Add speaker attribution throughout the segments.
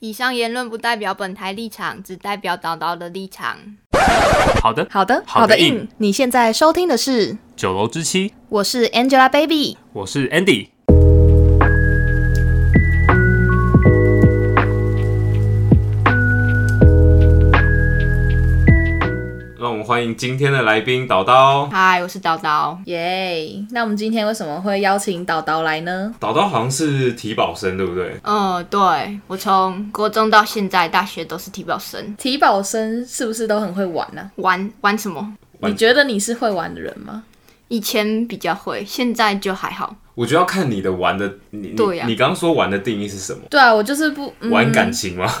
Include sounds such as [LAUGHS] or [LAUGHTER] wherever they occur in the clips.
Speaker 1: 以上言论不代表本台立场，只代表叨叨的立场。
Speaker 2: 好的，
Speaker 3: 好的，
Speaker 2: 好的
Speaker 3: 硬。
Speaker 2: 硬
Speaker 3: 你现在收听的是，
Speaker 2: 九楼之妻，
Speaker 3: 我是 Angelababy。
Speaker 2: 我是 Andy。让我们欢迎今天的来宾导刀。
Speaker 1: 嗨，我是叨叨。
Speaker 3: 耶那我们今天为什么会邀请导导来呢？
Speaker 2: 导刀好像是体保生，对不对？
Speaker 1: 嗯，对我从国中到现在大学都是体保生，
Speaker 3: 体保生是不是都很会玩呢、
Speaker 1: 玩玩什么？
Speaker 2: 玩
Speaker 3: 你觉得你是会玩的人吗？
Speaker 1: 以前比较会，现在就还好。
Speaker 2: 我觉得要看你的玩的，你你
Speaker 1: 对呀
Speaker 2: 你刚刚说玩的定义是什么？
Speaker 3: 对啊，我就是不、嗯、
Speaker 2: 玩感情吗？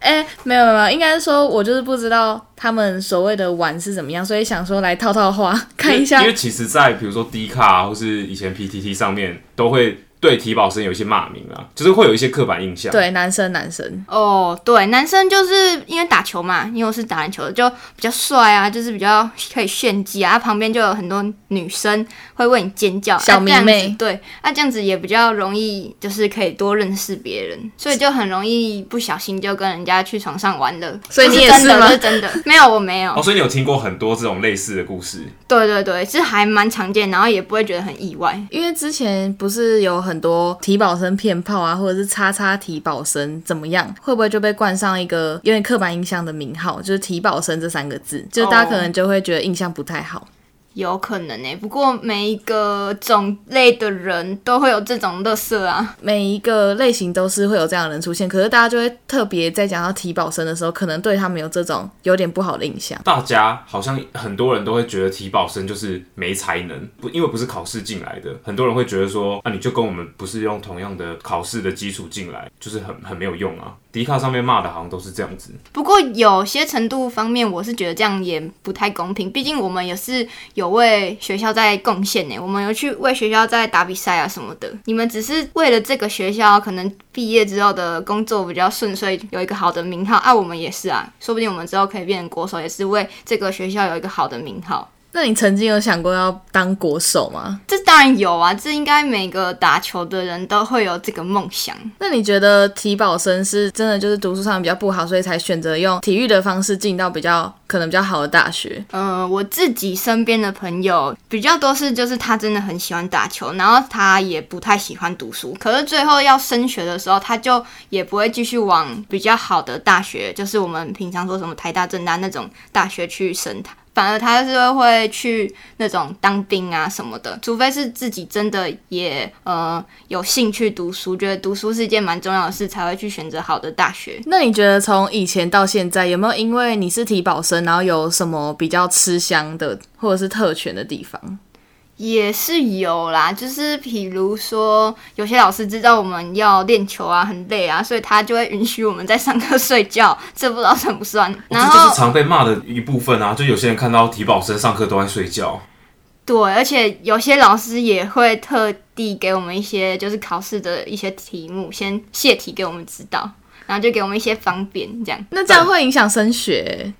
Speaker 3: 哎、没有没有没有，应该是说我就是不知道他们所谓的玩是怎么样，所以想说来套套话， [LAUGHS] 看一下
Speaker 2: 因为其实，在比如说 D 卡、啊、或是以前 PTT 上面，都会对体保生有一些骂名啊，就是会有一些刻板印象。，
Speaker 3: 对男生男生，
Speaker 1: 哦，对，男生就是因为打球嘛，因为我是打篮球的，就比较帅啊，就是比较可以炫技啊。啊旁边就有很多女生会为你尖叫，
Speaker 3: 小迷
Speaker 1: 啊、
Speaker 3: 妹
Speaker 1: 这样子对，那、这样子也比较容易，就是可以多认识别人，所以就很容易不小心就跟人家去床上玩了。
Speaker 3: 所以你也
Speaker 1: 这
Speaker 3: 是
Speaker 1: 真
Speaker 3: 吗
Speaker 1: 的，这是真的，没有，我没有
Speaker 2: 哦，。所以你有听过很多这种类似的故事？
Speaker 1: 对对对，是还蛮常见，然后也不会觉得很意外。
Speaker 3: 因为之前不是有很多体保生骗炮啊，或者是叉叉体保生怎么样，会不会就被冠上一个有点刻板印象的名号，就是体保生这三个字，就大家
Speaker 2: 哦
Speaker 3: 可能就会觉得印象不太好。
Speaker 1: 有可能呢、不过每一个种类的人都会有这种乐色啊。
Speaker 3: 每一个类型都是会有这样的人出现，可是大家就会特别在讲到体保生的时候，可能对他们有这种有点不好的印象。
Speaker 2: 大家好像很多人都会觉得体保生就是没才能，不因为不是考试进来的，很多人会觉得说，啊，你就跟我们不是用同样的考试的基础进来，就是很很没有用啊。迪卡上面骂的好像都是这样子，
Speaker 1: 不过有些程度方面，我是觉得这样也不太公平，毕竟我们也是有为学校在贡献呢、我们有去为学校在打比赛啊什么的。你们只是为了这个学校，可能毕业之后的工作比较顺遂，有一个好的名号啊。我们也是啊，说不定我们之后可以变成国手，也是为这个学校有一个好的名号。
Speaker 3: 那你曾经有想过要当国手吗？
Speaker 1: 这当然有啊，这应该每个打球的人都会有这个梦想。
Speaker 3: 那你觉得体保生是真的就是读书上比较不好，所以才选择用体育的方式进到比较可能比较好的大学？
Speaker 1: 呃，我自己身边的朋友比较多是，就是他真的很喜欢打球，然后他也不太喜欢读书。可是最后要升学的时候，他就也不会继续往比较好的大学，就是我们平常说什么台大、政大那种大学去升他。反而他是会去那种当兵啊什么的，除非是自己真的也呃有兴趣读书，觉得读书是一件蛮重要的事，才会去选择好的大学。
Speaker 3: 那你觉得从以前到现在，有没有因为你是体保生，然后有什么比较吃香的或者是特权的地方？
Speaker 1: 也是有啦，就是比如说，有些老师知道我们要练球啊，很累啊，所以他就会允许我们在上课睡觉， [LAUGHS] 这不知道算不算？
Speaker 2: 我
Speaker 1: 然
Speaker 2: 这就
Speaker 1: 后
Speaker 2: 是常被骂的一部分啊。就有些人看到体保生上课都在睡觉，
Speaker 1: 对，而且有些老师也会特地给我们一些就是考试的一些题目，先泄题给我们知道，然后就给我们一些方便这样。
Speaker 3: 那这样会影响升学欸、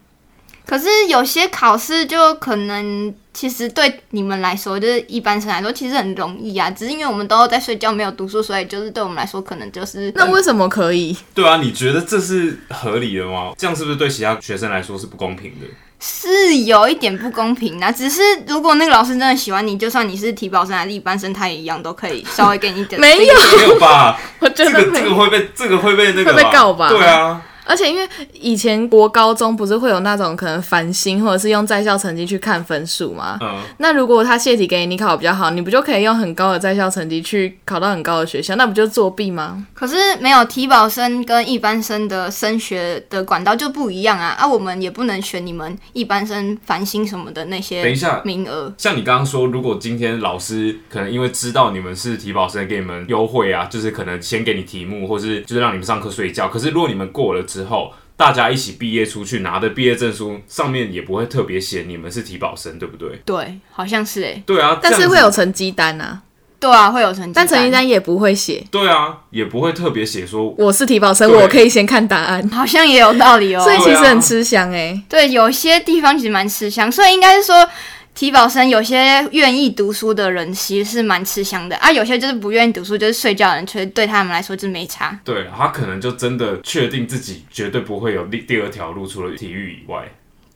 Speaker 1: 可是有些考试就可能，其实对你们来说，就是一般生来说，其实很容易啊。只是因为我们都在睡觉，没有读书，所以就是对我们来说，可能就是
Speaker 3: 那为什么
Speaker 2: [LAUGHS]
Speaker 3: 可以？
Speaker 2: 对啊，你觉得这是合理的吗？这样是不是对其他学生来说是不公平的？
Speaker 1: 是有一点不公平啦、只是如果那个老师真的喜欢你，就算你是体保生还是一般生，他也一样都可以稍微给你一点。
Speaker 3: 没有，
Speaker 2: 没有
Speaker 3: [LAUGHS]
Speaker 2: 吧？
Speaker 3: 我
Speaker 2: 这
Speaker 3: 觉得
Speaker 2: 个
Speaker 3: 没
Speaker 2: 这个
Speaker 3: 有。
Speaker 2: 会被这个会被那个
Speaker 3: 会被告吧
Speaker 2: 对啊，
Speaker 3: 而且因为以前国高中不是会有那种可能繁星，或者是用在校成绩去看分数吗？
Speaker 2: 嗯，
Speaker 3: 那如果他泄题给你，你考得比较好，你不就可以用很高的在校成绩去考到很高的学校？那不就作弊吗？
Speaker 1: 可是没有体保生跟一般生的升学的管道就不一样啊！啊，我们也不能选你们一般生繁星什么的那
Speaker 2: 等一
Speaker 1: 些
Speaker 2: 下，
Speaker 1: 名额。
Speaker 2: 像你刚刚说，如果今天老师可能因为知道你们是体保生，给你们优惠啊，就是可能先给你题目，或是就是让你们上课睡觉。可是如果你们过了之后，大家一起毕业出去拿的毕业证书上面也不会特别写你们是体保生，对不对？
Speaker 1: 对，好像是诶、欸
Speaker 2: 对啊，
Speaker 3: 但
Speaker 2: 这
Speaker 3: 是
Speaker 2: 样子
Speaker 3: 会有成绩单啊，
Speaker 1: 对啊，会有成绩单，
Speaker 3: 但成绩单也不会写。
Speaker 2: 对啊，也不会特别写说
Speaker 3: 我是体保生，
Speaker 2: 对
Speaker 3: 我可以先看答案，
Speaker 1: 好像也有道理哦。
Speaker 3: 所以其
Speaker 2: 对
Speaker 3: 实
Speaker 2: 啊
Speaker 3: 很吃香哎、
Speaker 1: 对，有些地方其实蛮吃香，所以应该是说体保生有些愿意读书的人其实是蛮吃香的啊，有些就是不愿意读书，就是睡觉的人，其实对他们来说就是没差。
Speaker 2: 对，他可能就真的确定自己绝对不会有第第二条路，除了体育以外。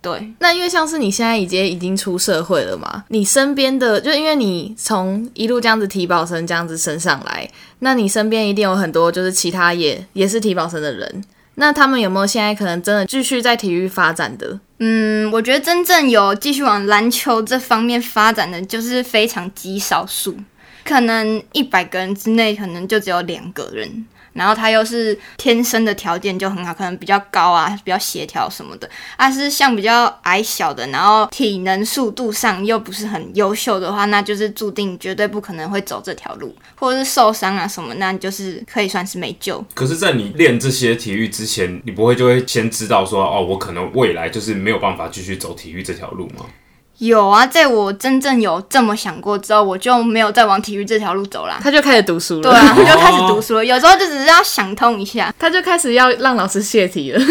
Speaker 1: 对，
Speaker 3: 那因为像是你现在已经已经出社会了嘛，你身边的就因为你从一路这样子提保生这样子升上来，那你身边一定有很多就是其他也也是提保生的人，那他们有没有现在可能真的继续在体育发展的？
Speaker 1: 嗯，我觉得真正有继续往篮球这方面发展的，就是非常极少数，可能一百个人之内，可能就只有两个人。然后他又是天生的条件就很好，可能比较高啊，比较协调什么的。但是像比较矮小的，然后体能速度上又不是很优秀的话，那就是注定绝对不可能会走这条路，或者是受伤啊什么，那就是可以算是没救。
Speaker 2: 可是，在你练这些体育之前，你不会就会先知道说，哦，我可能未来就是没有办法继续走体育这条路吗？
Speaker 1: 有啊，在我真正有这么想过之后，我就没有再往体育这条路走啦。
Speaker 3: 他就开始读书了，
Speaker 1: 对
Speaker 3: [LAUGHS]
Speaker 1: 啊，就开始读书了。有时候就只是要想通一下，
Speaker 3: 他就开始要让老师泄题了。
Speaker 2: [LAUGHS]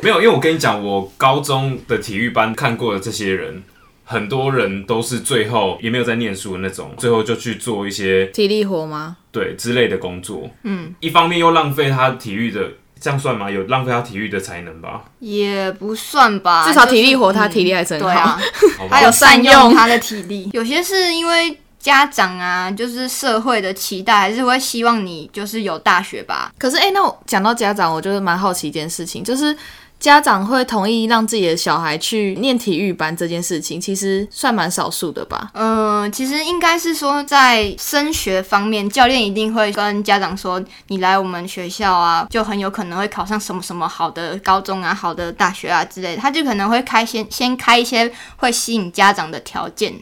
Speaker 2: 没有，因为我跟你讲，我高中的体育班看过的这些人，很多人都是最后也没有在念书的那种，最后就去做一些
Speaker 3: [LAUGHS] 体力活吗？
Speaker 2: 对之类的工作。嗯，一方面又浪费他体育的，这样算吗？有浪费他体育的才能吧？
Speaker 1: 也不算吧。
Speaker 3: 至少
Speaker 1: 就是
Speaker 3: 体力活，他
Speaker 1: 嗯
Speaker 3: 体力还是很
Speaker 1: 对
Speaker 3: 好。 [LAUGHS]
Speaker 1: 啊，
Speaker 2: 好吧
Speaker 1: 还有
Speaker 3: 善
Speaker 1: 善
Speaker 3: 用
Speaker 1: 用他的体力。有些是因为家长啊，就是社会的期待，还是会希望你就是有大学吧。
Speaker 3: 可是，哎、那我讲到家长，我就是蛮好奇一件事情，就是家长会同意让自己的小孩去念体育班这件事情，其实算蛮少数的吧？
Speaker 1: 嗯、其实应该是说在升学方面，教练一定会跟家长说，你来我们学校啊，就很有可能会考上什么什么好的高中啊、好的大学啊之类的。他就可能会开先先开一些会吸引家长的条件，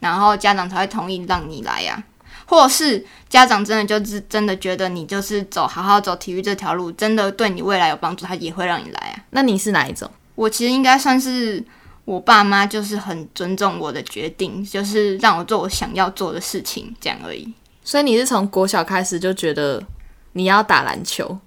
Speaker 1: 然后家长才会同意让你来呀、或是家长真的就是真的觉得你就是走好好走体育这条路，真的对你未来有帮助，他也会让你来啊。
Speaker 3: 那你是哪一种？
Speaker 1: 我其实应该算是我爸妈就是很尊重我的决定，就是让我做我想要做的事情，这样而已。
Speaker 3: 所以你是从国小开始就觉得你要打篮球，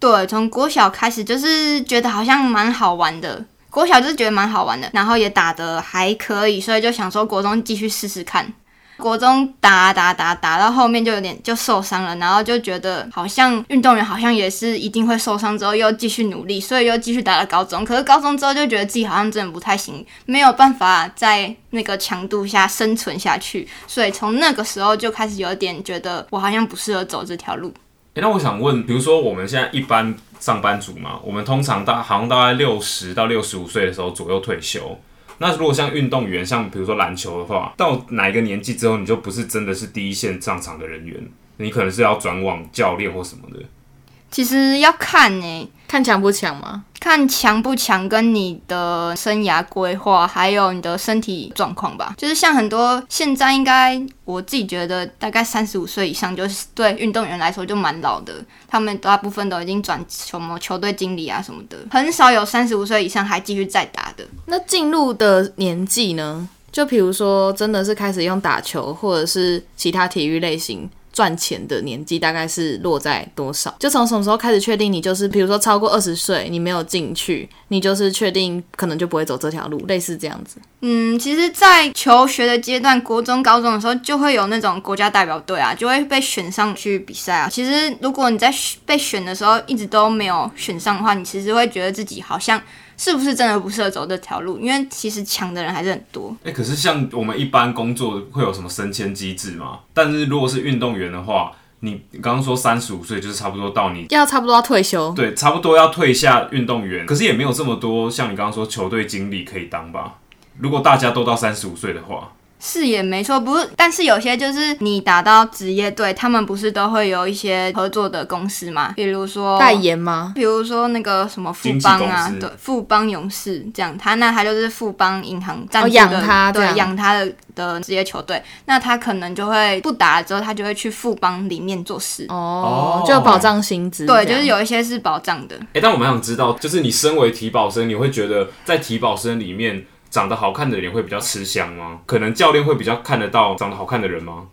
Speaker 1: 对，从国小开始就是觉得好像蛮好玩的，国小就是觉得蛮好玩的，然后也打得还可以，所以就想说国中继续试试看。国中打啊打打打到后面就有点就受伤了，然后就觉得好像运动员好像也是一定会受伤，之后又继续努力，所以又继续打了高中。可是高中之后就觉得自己好像真的不太行，没有办法在那个强度下生存下去，所以从那个时候就开始有点觉得我好像不适合走这条路。
Speaker 2: 诶那我想问，比如说我们现在一般上班族嘛，我们通常大好像大概六十到六十五岁的时候左右退休。那如果像运动员，像比如说篮球的话，到哪一个年纪之后，你就不是真的是第一线上场的人员，你可能是要转往教练或什么的。
Speaker 1: 其实要看呢、欸
Speaker 3: 看强不强吗？
Speaker 1: 看强不强，跟你的生涯规划，还有你的身体状况吧。就是像很多现在应该，我自己觉得大概三十五岁以上，就是对运动员来说就蛮老的。他们大部分都已经转什么球队经理啊什么的，很少有三十五岁以上还继续再打的。
Speaker 3: 那进入的年纪呢？就比如说，真的是开始用打球或者是其他体育类型赚钱的年纪，大概是落在多少？就从什么时候开始确定你就是，比如说超过二十岁，你没有进去，你就是确定可能就不会走这条路，类似这样子。
Speaker 1: 嗯，其实，在求学的阶段，国中、高中的时候，就会有那种国家代表队啊，就会被选上去比赛啊。其实，如果你在选被选的时候一直都没有选上的话，你其实会觉得自己好像是不是真的不适合走这条路，因为其实强的人还是很多。
Speaker 2: 哎、可是像我们一般工作会有什么升迁机制吗？但是如果是运动员的话，你刚刚说三十五岁就是差不多到你
Speaker 3: 要差不多要退休，
Speaker 2: 对，差不多要退下运动员，可是也没有这么多像你刚刚说球队经理可以当吧？如果大家都到三十五岁的话，
Speaker 1: 是也没错，不是，但是有些就是你打到职业队，他们不是都会有一些合作的公司嘛，比如说
Speaker 3: 代言吗？
Speaker 1: 比如说那个什么富
Speaker 2: 经纪
Speaker 1: 邦
Speaker 2: 公
Speaker 1: 啊
Speaker 2: 司，
Speaker 1: 对，富邦勇士这样，他那他就是富邦银行赞助的，
Speaker 3: 养他这
Speaker 1: 对，
Speaker 3: 样
Speaker 1: 养他的的职业球队，那他可能就会不打了之后，他就会去富邦里面做事，
Speaker 3: 哦
Speaker 2: 哦，
Speaker 3: 就有保障薪哦资这样，
Speaker 1: 对，就是有一些是保障的，
Speaker 2: 哎、但我蛮想知道，就是你身为体保生，你会觉得在体保生里面长得好看的人会比较吃香吗？可能教练会比较看得到长得好看的人吗？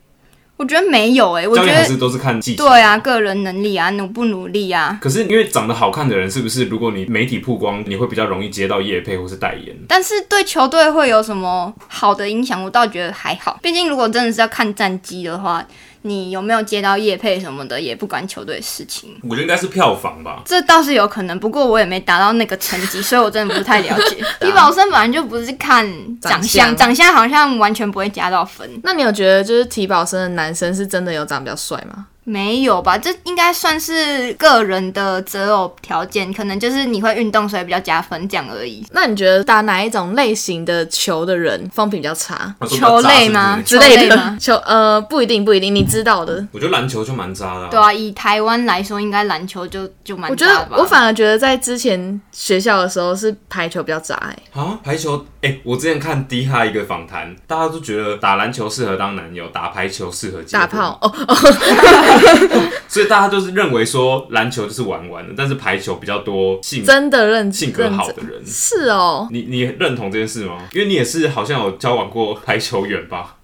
Speaker 1: 我觉得没有诶、我
Speaker 2: 教
Speaker 1: 觉
Speaker 2: 练还是
Speaker 1: 得
Speaker 2: 都是看技巧。
Speaker 1: 对啊，。个人能力啊，努不努力啊。
Speaker 2: 可是因为长得好看的人，是不是如果你媒体曝光，你会比较容易接到业配或是代言？
Speaker 1: 但是对球队会有什么好的影响？我倒觉得还好。毕竟如果真的是要看战绩的话，你有没有接到业配什么的，也不关球队的事情。
Speaker 2: 我觉得应该是票房吧。
Speaker 1: 这倒是有可能，不过我也没达到那个成绩，所以我真的不太了
Speaker 3: [LAUGHS]
Speaker 1: 解。李宝生本来就不是看长
Speaker 3: 啊长
Speaker 1: 相，
Speaker 3: 相
Speaker 1: 长相好像完全不会加到分，
Speaker 3: 那你有觉得就是体保生的男生是真的有长得比较帅吗？
Speaker 1: 没有吧？这应该算是个人的择偶条件，可能就是你会运动，所以比较加分这样而已。
Speaker 3: 那你觉得打哪一种类型的球的人风评比较差
Speaker 2: 他说比较
Speaker 1: 球
Speaker 2: 渣
Speaker 1: 类
Speaker 2: 是不
Speaker 1: 吗？
Speaker 2: 是
Speaker 3: 之类
Speaker 1: 球类吗
Speaker 3: 的？球呃不一定不一定，你知道的。
Speaker 2: 我觉得篮球就蛮渣的、
Speaker 1: 对。啊，以台湾来说，应该篮球就就蛮
Speaker 3: 哦我觉
Speaker 1: 大
Speaker 3: 得
Speaker 1: 吧。
Speaker 3: 我反而觉得在之前学校的时候是排球比较渣哎、
Speaker 2: 啊，排球，哎、我之前看 D 哈一个访谈，大家都觉得打篮球适合当男友，打排球适合结
Speaker 3: 打
Speaker 2: 婚，
Speaker 3: 炮哦，
Speaker 2: 所以大家就是认为说篮球就是玩玩的，但是排球比较多性
Speaker 3: 真的认
Speaker 2: 性格好
Speaker 3: 认
Speaker 2: 的人
Speaker 3: 真。是哦，
Speaker 2: 你你认同这件事吗？因为你也是好像有交往过排球员吧？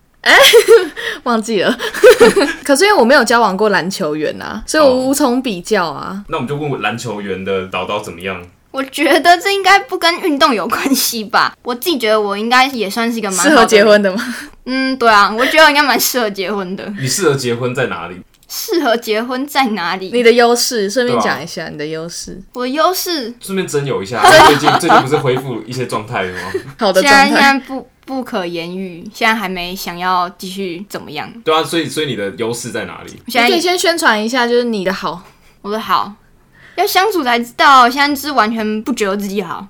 Speaker 3: 忘记了。 [LAUGHS] 可是因为我没有交往过篮球员啊，所以我无从比较啊。
Speaker 2: 那我们就问问篮球员的导导怎么样？
Speaker 1: 我觉得这应该不跟运动有关系吧。 [LAUGHS] 我自己觉得我应该也算是一个蛮
Speaker 3: 适、
Speaker 1: 好
Speaker 3: 合
Speaker 1: 的
Speaker 3: 结
Speaker 1: 人。
Speaker 3: 哦婚的吗？
Speaker 1: 嗯，对啊，我觉得我应该蛮适合结婚的。
Speaker 2: 你适合结婚在哪里？
Speaker 1: 适合结婚在哪里？
Speaker 3: 你的优势，顺便
Speaker 2: 对啊
Speaker 3: 讲一下你的优势。
Speaker 1: 我的优势
Speaker 2: 顺便征友一
Speaker 3: [LAUGHS]
Speaker 2: 下，最近最近不是恢复一些状态了吗？
Speaker 3: 好的
Speaker 1: 现
Speaker 3: 状
Speaker 1: 在现
Speaker 3: 态，
Speaker 1: 在不不可言喻，现在还没想要继续怎么样。
Speaker 2: 对啊，所以所以你的优势在哪里？
Speaker 1: 我
Speaker 3: 你
Speaker 1: 现
Speaker 3: 可以
Speaker 1: 在
Speaker 3: 先宣传一下，就是你的好。
Speaker 1: 我说好，要相处才知道。现在是完全不觉得自己好，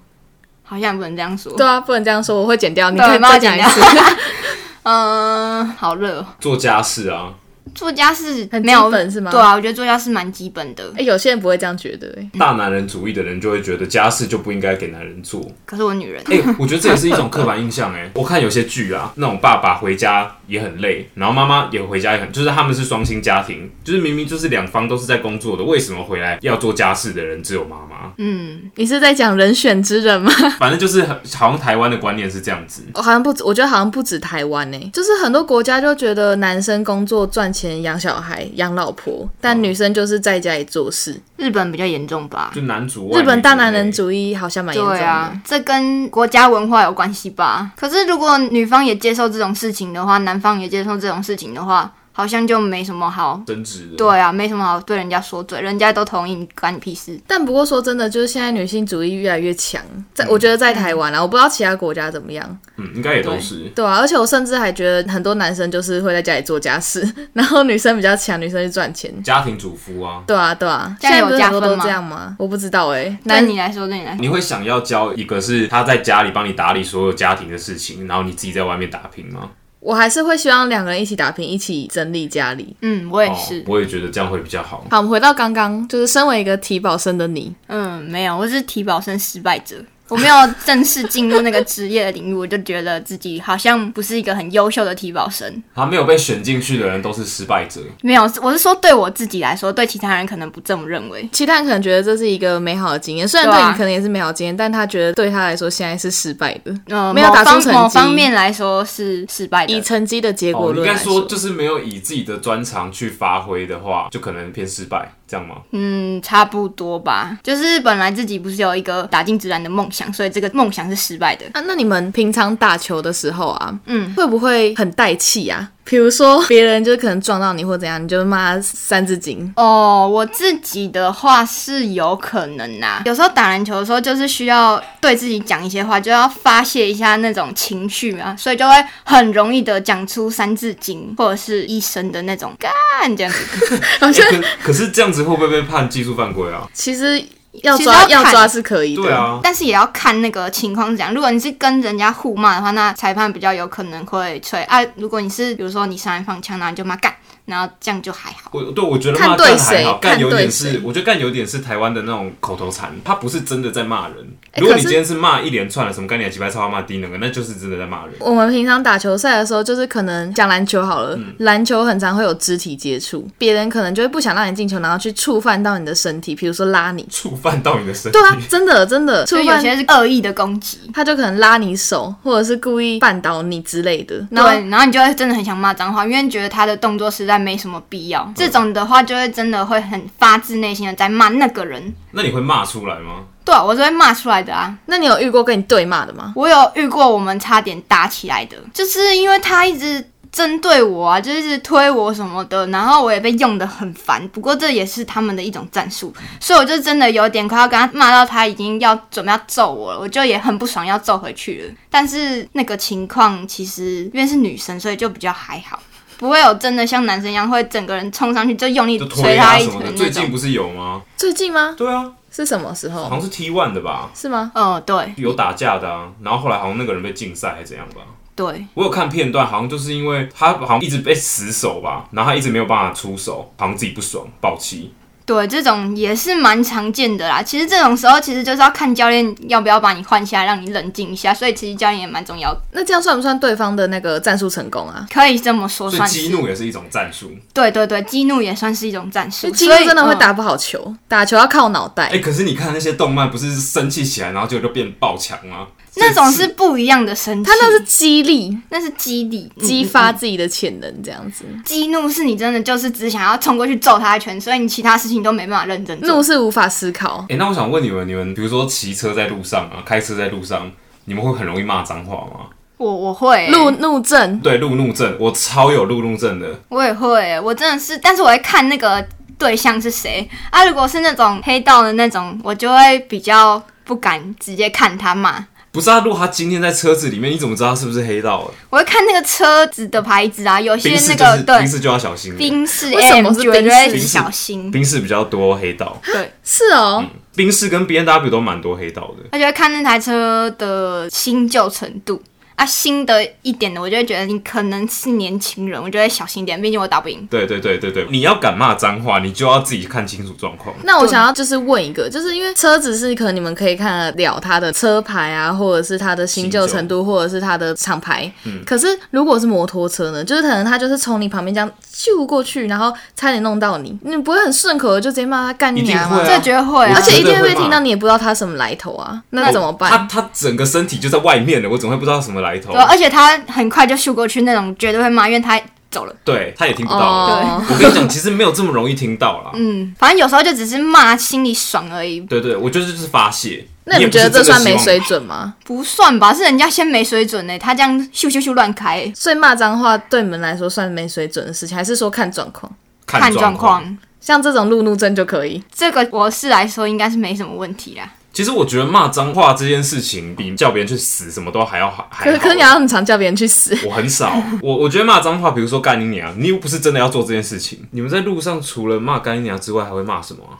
Speaker 1: 好像也不能这样说。
Speaker 3: 对啊，不能这样说，啊我会剪掉，你
Speaker 1: 对
Speaker 3: 可以
Speaker 1: 帮我
Speaker 3: 再
Speaker 1: 剪
Speaker 3: 讲一
Speaker 1: 掉
Speaker 3: 次。
Speaker 1: [LAUGHS] 嗯，好热哦。
Speaker 2: 做家事啊，
Speaker 1: 作家是
Speaker 3: 很
Speaker 1: 没有
Speaker 3: 基本是吗
Speaker 1: 对啊，我觉得作家是蛮基本的。
Speaker 3: 哎，有些人不会这样觉得，哎，
Speaker 2: 大男人主义的人就会觉得家事就不应该给男人做。
Speaker 1: 可是我女人，
Speaker 2: [LAUGHS] 哎、我觉得这也是一种刻板印象哎、我看有些剧啊，那种爸爸回家也很累，然后妈妈也回家也很，就是他们是双薪家庭，就是明明就是两方都是在工作的，为什么回来要做家事的人只有妈妈？
Speaker 1: 嗯，
Speaker 3: 你是在讲人选之人 [LAUGHS] 吗？
Speaker 2: 反正就是很好像台湾的观念是这样子。
Speaker 3: 我哦好像不止，我觉得好像不止台湾哎，就是很多国家就觉得男生工作赚钱养小孩养老婆，
Speaker 2: 嗯
Speaker 3: 但女生就是在家里做事。
Speaker 1: 日本比较严重吧？
Speaker 2: 就男主外
Speaker 3: 日本大
Speaker 2: 女主内
Speaker 3: 男人主义好像蛮严重
Speaker 1: 对
Speaker 3: 的
Speaker 1: 啊。，这跟国家文化有关系吧？可是如果女方也接受这种事情的话，男方也接受这种事情的话，好像就没什么好。
Speaker 2: 争执的，
Speaker 1: 对啊，没什么好对人家说嘴，人家都同意，你关你屁事。
Speaker 3: 但不过说真的，就是现在女性主义越来越强，在我觉得在台湾啊，我不知道其他国家怎么样，
Speaker 2: 嗯，应该也都是。
Speaker 3: 对啊，而且我甚至还觉得很多男生就是会在家里做家事， [LAUGHS] 然后女生比较强，女生去赚钱。
Speaker 2: 家庭主妇啊，
Speaker 3: 对啊，对啊，
Speaker 1: 这
Speaker 3: 现
Speaker 1: 样有
Speaker 3: 在不是
Speaker 1: 加
Speaker 3: 很多
Speaker 1: 分
Speaker 3: 都
Speaker 1: 吗
Speaker 3: 这样吗？我不知道哎、
Speaker 1: 对
Speaker 3: 男
Speaker 1: 你来说，对你来说，
Speaker 2: 你会想要交一个是他在家里帮你打理所有家庭的事情，然后你自己在外面打拼吗？
Speaker 3: 我还是会希望两个人一起打拼，一起整理家里。
Speaker 1: 嗯，我也是
Speaker 2: 哦，，我也觉得这样会比较好。
Speaker 3: 好，我们回到刚刚，就是身为一个体保生的你，
Speaker 1: 嗯，没有，我是体保生失败者。我没有正式进入那个职业的领域，我就觉得自己好像不是一个很优秀的体保生。
Speaker 2: 他没有被选进去的人都是失败者。
Speaker 1: 没有，我是说对我自己来说，对其他人可能不这么认为。
Speaker 3: 其他人可能觉得这是一个美好的经验，虽然
Speaker 1: 对啊
Speaker 3: 对你可能也是美好的经验，但他觉得对他来说现在是失败的。
Speaker 1: 呃，
Speaker 3: 没有
Speaker 1: 某
Speaker 3: 打出
Speaker 1: 方
Speaker 3: 成绩
Speaker 1: 某方面来说是失败
Speaker 3: 以
Speaker 1: 的。
Speaker 3: 成绩的结果
Speaker 2: 哦，你应
Speaker 3: 论
Speaker 2: 该
Speaker 3: 来
Speaker 2: 说就是没有以自己的专长去发挥的话，就可能偏失败，这样吗？
Speaker 1: 嗯，差不多吧。就是本来自己不是有一个打进直男的梦想，所以这个梦想是失败的。
Speaker 3: 啊，那你们平常打球的时候啊，
Speaker 1: 嗯，
Speaker 3: 会不会很带气啊？比如说别人就可能撞到你或怎样，你就骂他三字经。
Speaker 1: 哦，我自己的话是有可能呐、有时候打篮球的时候，就是需要对自己讲一些话，就要发泄一下那种情绪啊，所以就会很容易的讲出三字经或者是一生的那种干这样子。
Speaker 3: 好像
Speaker 2: 欸可可是这样子会不会被判技术犯规
Speaker 3: [LAUGHS]
Speaker 2: 啊？
Speaker 3: 其实要
Speaker 1: 其实
Speaker 3: 抓
Speaker 1: 要
Speaker 3: 要
Speaker 1: 看
Speaker 3: 抓是可以的。
Speaker 2: 对啊，
Speaker 1: 但是也要看那个情况是怎样。如果你是跟人家互骂的话，那裁判比较有可能会吹啊；如果你是比如说你杀人放枪，然后你就骂干，然后这样就还好。
Speaker 2: 我对我觉得
Speaker 3: 看
Speaker 2: 骂
Speaker 3: 对
Speaker 2: 干还
Speaker 3: 谁
Speaker 2: 好，
Speaker 3: 看
Speaker 2: 干有
Speaker 3: 对
Speaker 2: 点
Speaker 3: 谁
Speaker 2: 是，我觉得干有点是台湾的那种口头禅，他不是真的在骂人。
Speaker 3: 欸
Speaker 2: 如果
Speaker 3: 可
Speaker 2: 你
Speaker 3: 是
Speaker 2: 今天是骂一连串的什么干你几百超骂低能个，那就是真的在骂人。
Speaker 3: 我们平常打球赛的时候，就是可能讲篮球好了，
Speaker 2: 嗯
Speaker 3: 篮球很常会有肢体接触，别人可能就会不想让你进球，然后去触犯到你的身体，比如说拉你。
Speaker 2: 触犯到你的身体 [LAUGHS]
Speaker 3: 对，啊，真的真的，触
Speaker 1: 就有
Speaker 3: 犯
Speaker 1: 些是恶意的攻击，
Speaker 3: 他就可能拉你手，或者是故意绊倒你之类的。然后
Speaker 1: 对，然后你就会真的很想骂脏话，因为觉得他的动作实在没什么必要。这种的话，就会真的会很发自内心的在骂那个人。
Speaker 2: 那你会骂出来吗？
Speaker 1: 对啊，我是会骂出来的啊。
Speaker 3: 那你有遇过跟你对骂的吗？
Speaker 1: 我有遇过我们差点打起来的，就是因为他一直针对我啊，就是一直推我什么的，然后我也被用的很烦。不过这也是他们的一种战术，所以我就真的有点快要跟他骂到他已经要准备要揍我了，我就也很不爽要揍回去了。但是那个情况其实因为是女生，所以就比较还好。不会有真的像男生一样会整个人冲上去就用力
Speaker 2: 就
Speaker 1: 捶
Speaker 2: 推
Speaker 1: 他
Speaker 2: 啊
Speaker 1: 一
Speaker 2: 什
Speaker 1: 拳
Speaker 2: 么的，
Speaker 1: 那
Speaker 2: 最近
Speaker 1: 种。
Speaker 2: 不是有吗？
Speaker 3: 最近吗？
Speaker 2: 对啊，
Speaker 3: 是什么时
Speaker 2: 好
Speaker 3: 候？
Speaker 2: 像是 T one 的吧，
Speaker 3: 是吗？
Speaker 1: 哦，对
Speaker 2: 有打架的啊，然后后来好像那个人被禁赛还是怎样吧。
Speaker 1: 对，
Speaker 2: 我有看片段，好像就是因为他好像一直被死守吧，然后他一直没有办法出手，好像自己不爽，暴气。
Speaker 1: 对，这种也是蛮常见的啦。其实这种时候，其实就是要看教练要不要把你换下来，让你冷静一下。所以其实教练也蛮重要的，
Speaker 3: 那这样算不算对方的那个战术成功啊？
Speaker 1: 可以这么说，
Speaker 2: 所以
Speaker 1: 算
Speaker 2: 激
Speaker 1: 是
Speaker 2: 怒也是一种战术。
Speaker 1: 对对对，激怒也算是一种战术
Speaker 3: 就。今
Speaker 1: 所以
Speaker 3: 天真的会、
Speaker 1: 嗯
Speaker 3: 打不好球，打球要靠脑袋。
Speaker 2: 哎、可是你看那些动漫，不是生气起来，然后结果就变爆强吗？
Speaker 1: 那种是不一样的生气，
Speaker 3: 他那是激
Speaker 2: 嗯
Speaker 3: 励，
Speaker 1: 那是激励
Speaker 3: 激发自己的潜能，这样子。
Speaker 1: 激怒，是你真的就是只想要冲过去揍他一拳，所以你其他事情都没办法认真做
Speaker 3: 怒。是无法思考，
Speaker 2: 哎、那我想问你们，你们比如说骑车在路上啊，开车在路上，你们会很容易骂脏话吗？
Speaker 1: 我我会、欸、
Speaker 3: 怒怒症。
Speaker 2: 对，路怒症，我超有路怒症的。
Speaker 1: 我也会欸，我真的是，但是我会看那个对象是谁啊。如果是那种黑道的那种，我就会比较不敢直接看他骂。
Speaker 2: 不是啊，如果他今天在车子里面，你怎么知道他是不是黑道的？
Speaker 1: 我会看那个车子的牌子啊，有些
Speaker 2: 冰室
Speaker 1: 那
Speaker 2: 就
Speaker 1: 个
Speaker 2: 是
Speaker 1: 对
Speaker 2: 冰室就要小心了，
Speaker 1: 冰室哎
Speaker 3: 为什
Speaker 1: M
Speaker 3: 么是
Speaker 1: 绝对
Speaker 3: 冰
Speaker 2: 室
Speaker 1: 小心，
Speaker 2: 冰室比较多黑道，
Speaker 1: 对，
Speaker 3: 是哦，
Speaker 2: 冰室跟 B N W 都蛮多黑道的。
Speaker 1: 而且会看那台车的新旧程度。啊，新的一点的，我就会觉得你可能是年轻人，我就会小心一点，毕竟我打不赢。
Speaker 2: 对对对对对，你要敢骂脏话，你就要自己看清楚状况。
Speaker 3: 那我想要就是问一个，就是因为车子是可能你们可以看得了它的车牌啊，或者是它的新旧程度，或者是它的厂牌。
Speaker 2: 嗯
Speaker 3: 可是如果是摩托车呢，就是可能它就是从你旁边这样咻过去，然后差点弄到你，你不会很顺口的就直接骂他干你娘
Speaker 2: 一定
Speaker 3: 吗
Speaker 2: 会啊？
Speaker 1: 这绝对会啊！
Speaker 2: 我
Speaker 3: 而且一定
Speaker 2: 绝对会
Speaker 3: 会
Speaker 2: 骂
Speaker 3: 听到，你也不知道他什么来头啊，那
Speaker 2: 我
Speaker 3: 怎么办？
Speaker 2: 他他整个身体就在外面了，我怎么会不知道什么来头
Speaker 1: 对，？啊
Speaker 3: 哎
Speaker 1: 而且他很快就秀过去那种，绝对会骂，因为他走了。
Speaker 2: 对，他也听不到了。
Speaker 3: 哦，
Speaker 2: 我跟你讲，其实没有这么容易听到啦。
Speaker 1: 嗯，反正有时候就只是骂，心里爽而已，
Speaker 2: 对对，我觉得就是发泄。
Speaker 3: 那你
Speaker 2: 也
Speaker 3: 们
Speaker 2: 不
Speaker 3: 觉
Speaker 2: 是
Speaker 3: 得这
Speaker 2: 真的
Speaker 3: 算
Speaker 2: 希
Speaker 3: 没
Speaker 2: 望
Speaker 3: 水准吗？
Speaker 1: 不算吧？是人家先没水准呢、欸他这样咻咻咻乱开、
Speaker 3: 所以骂脏话对你们来说算没水准的事情，还是说看状况？
Speaker 1: 看
Speaker 2: 看
Speaker 1: 状
Speaker 2: 状况。
Speaker 1: 况。
Speaker 3: 像这种路怒症就可以。
Speaker 1: 这个我是来说应该是没什么问题啦。
Speaker 2: 其实我觉得骂脏话这件事情，比叫别人去死什么都还要还还
Speaker 3: 可
Speaker 2: 好。
Speaker 3: 是可是你要很常叫别人去死，
Speaker 2: 我很少， [LAUGHS] 我我觉得骂脏话，比如说干你娘，你又不是真的要做这件事情。你们在路上除了骂干你娘之外，还会骂什么啊、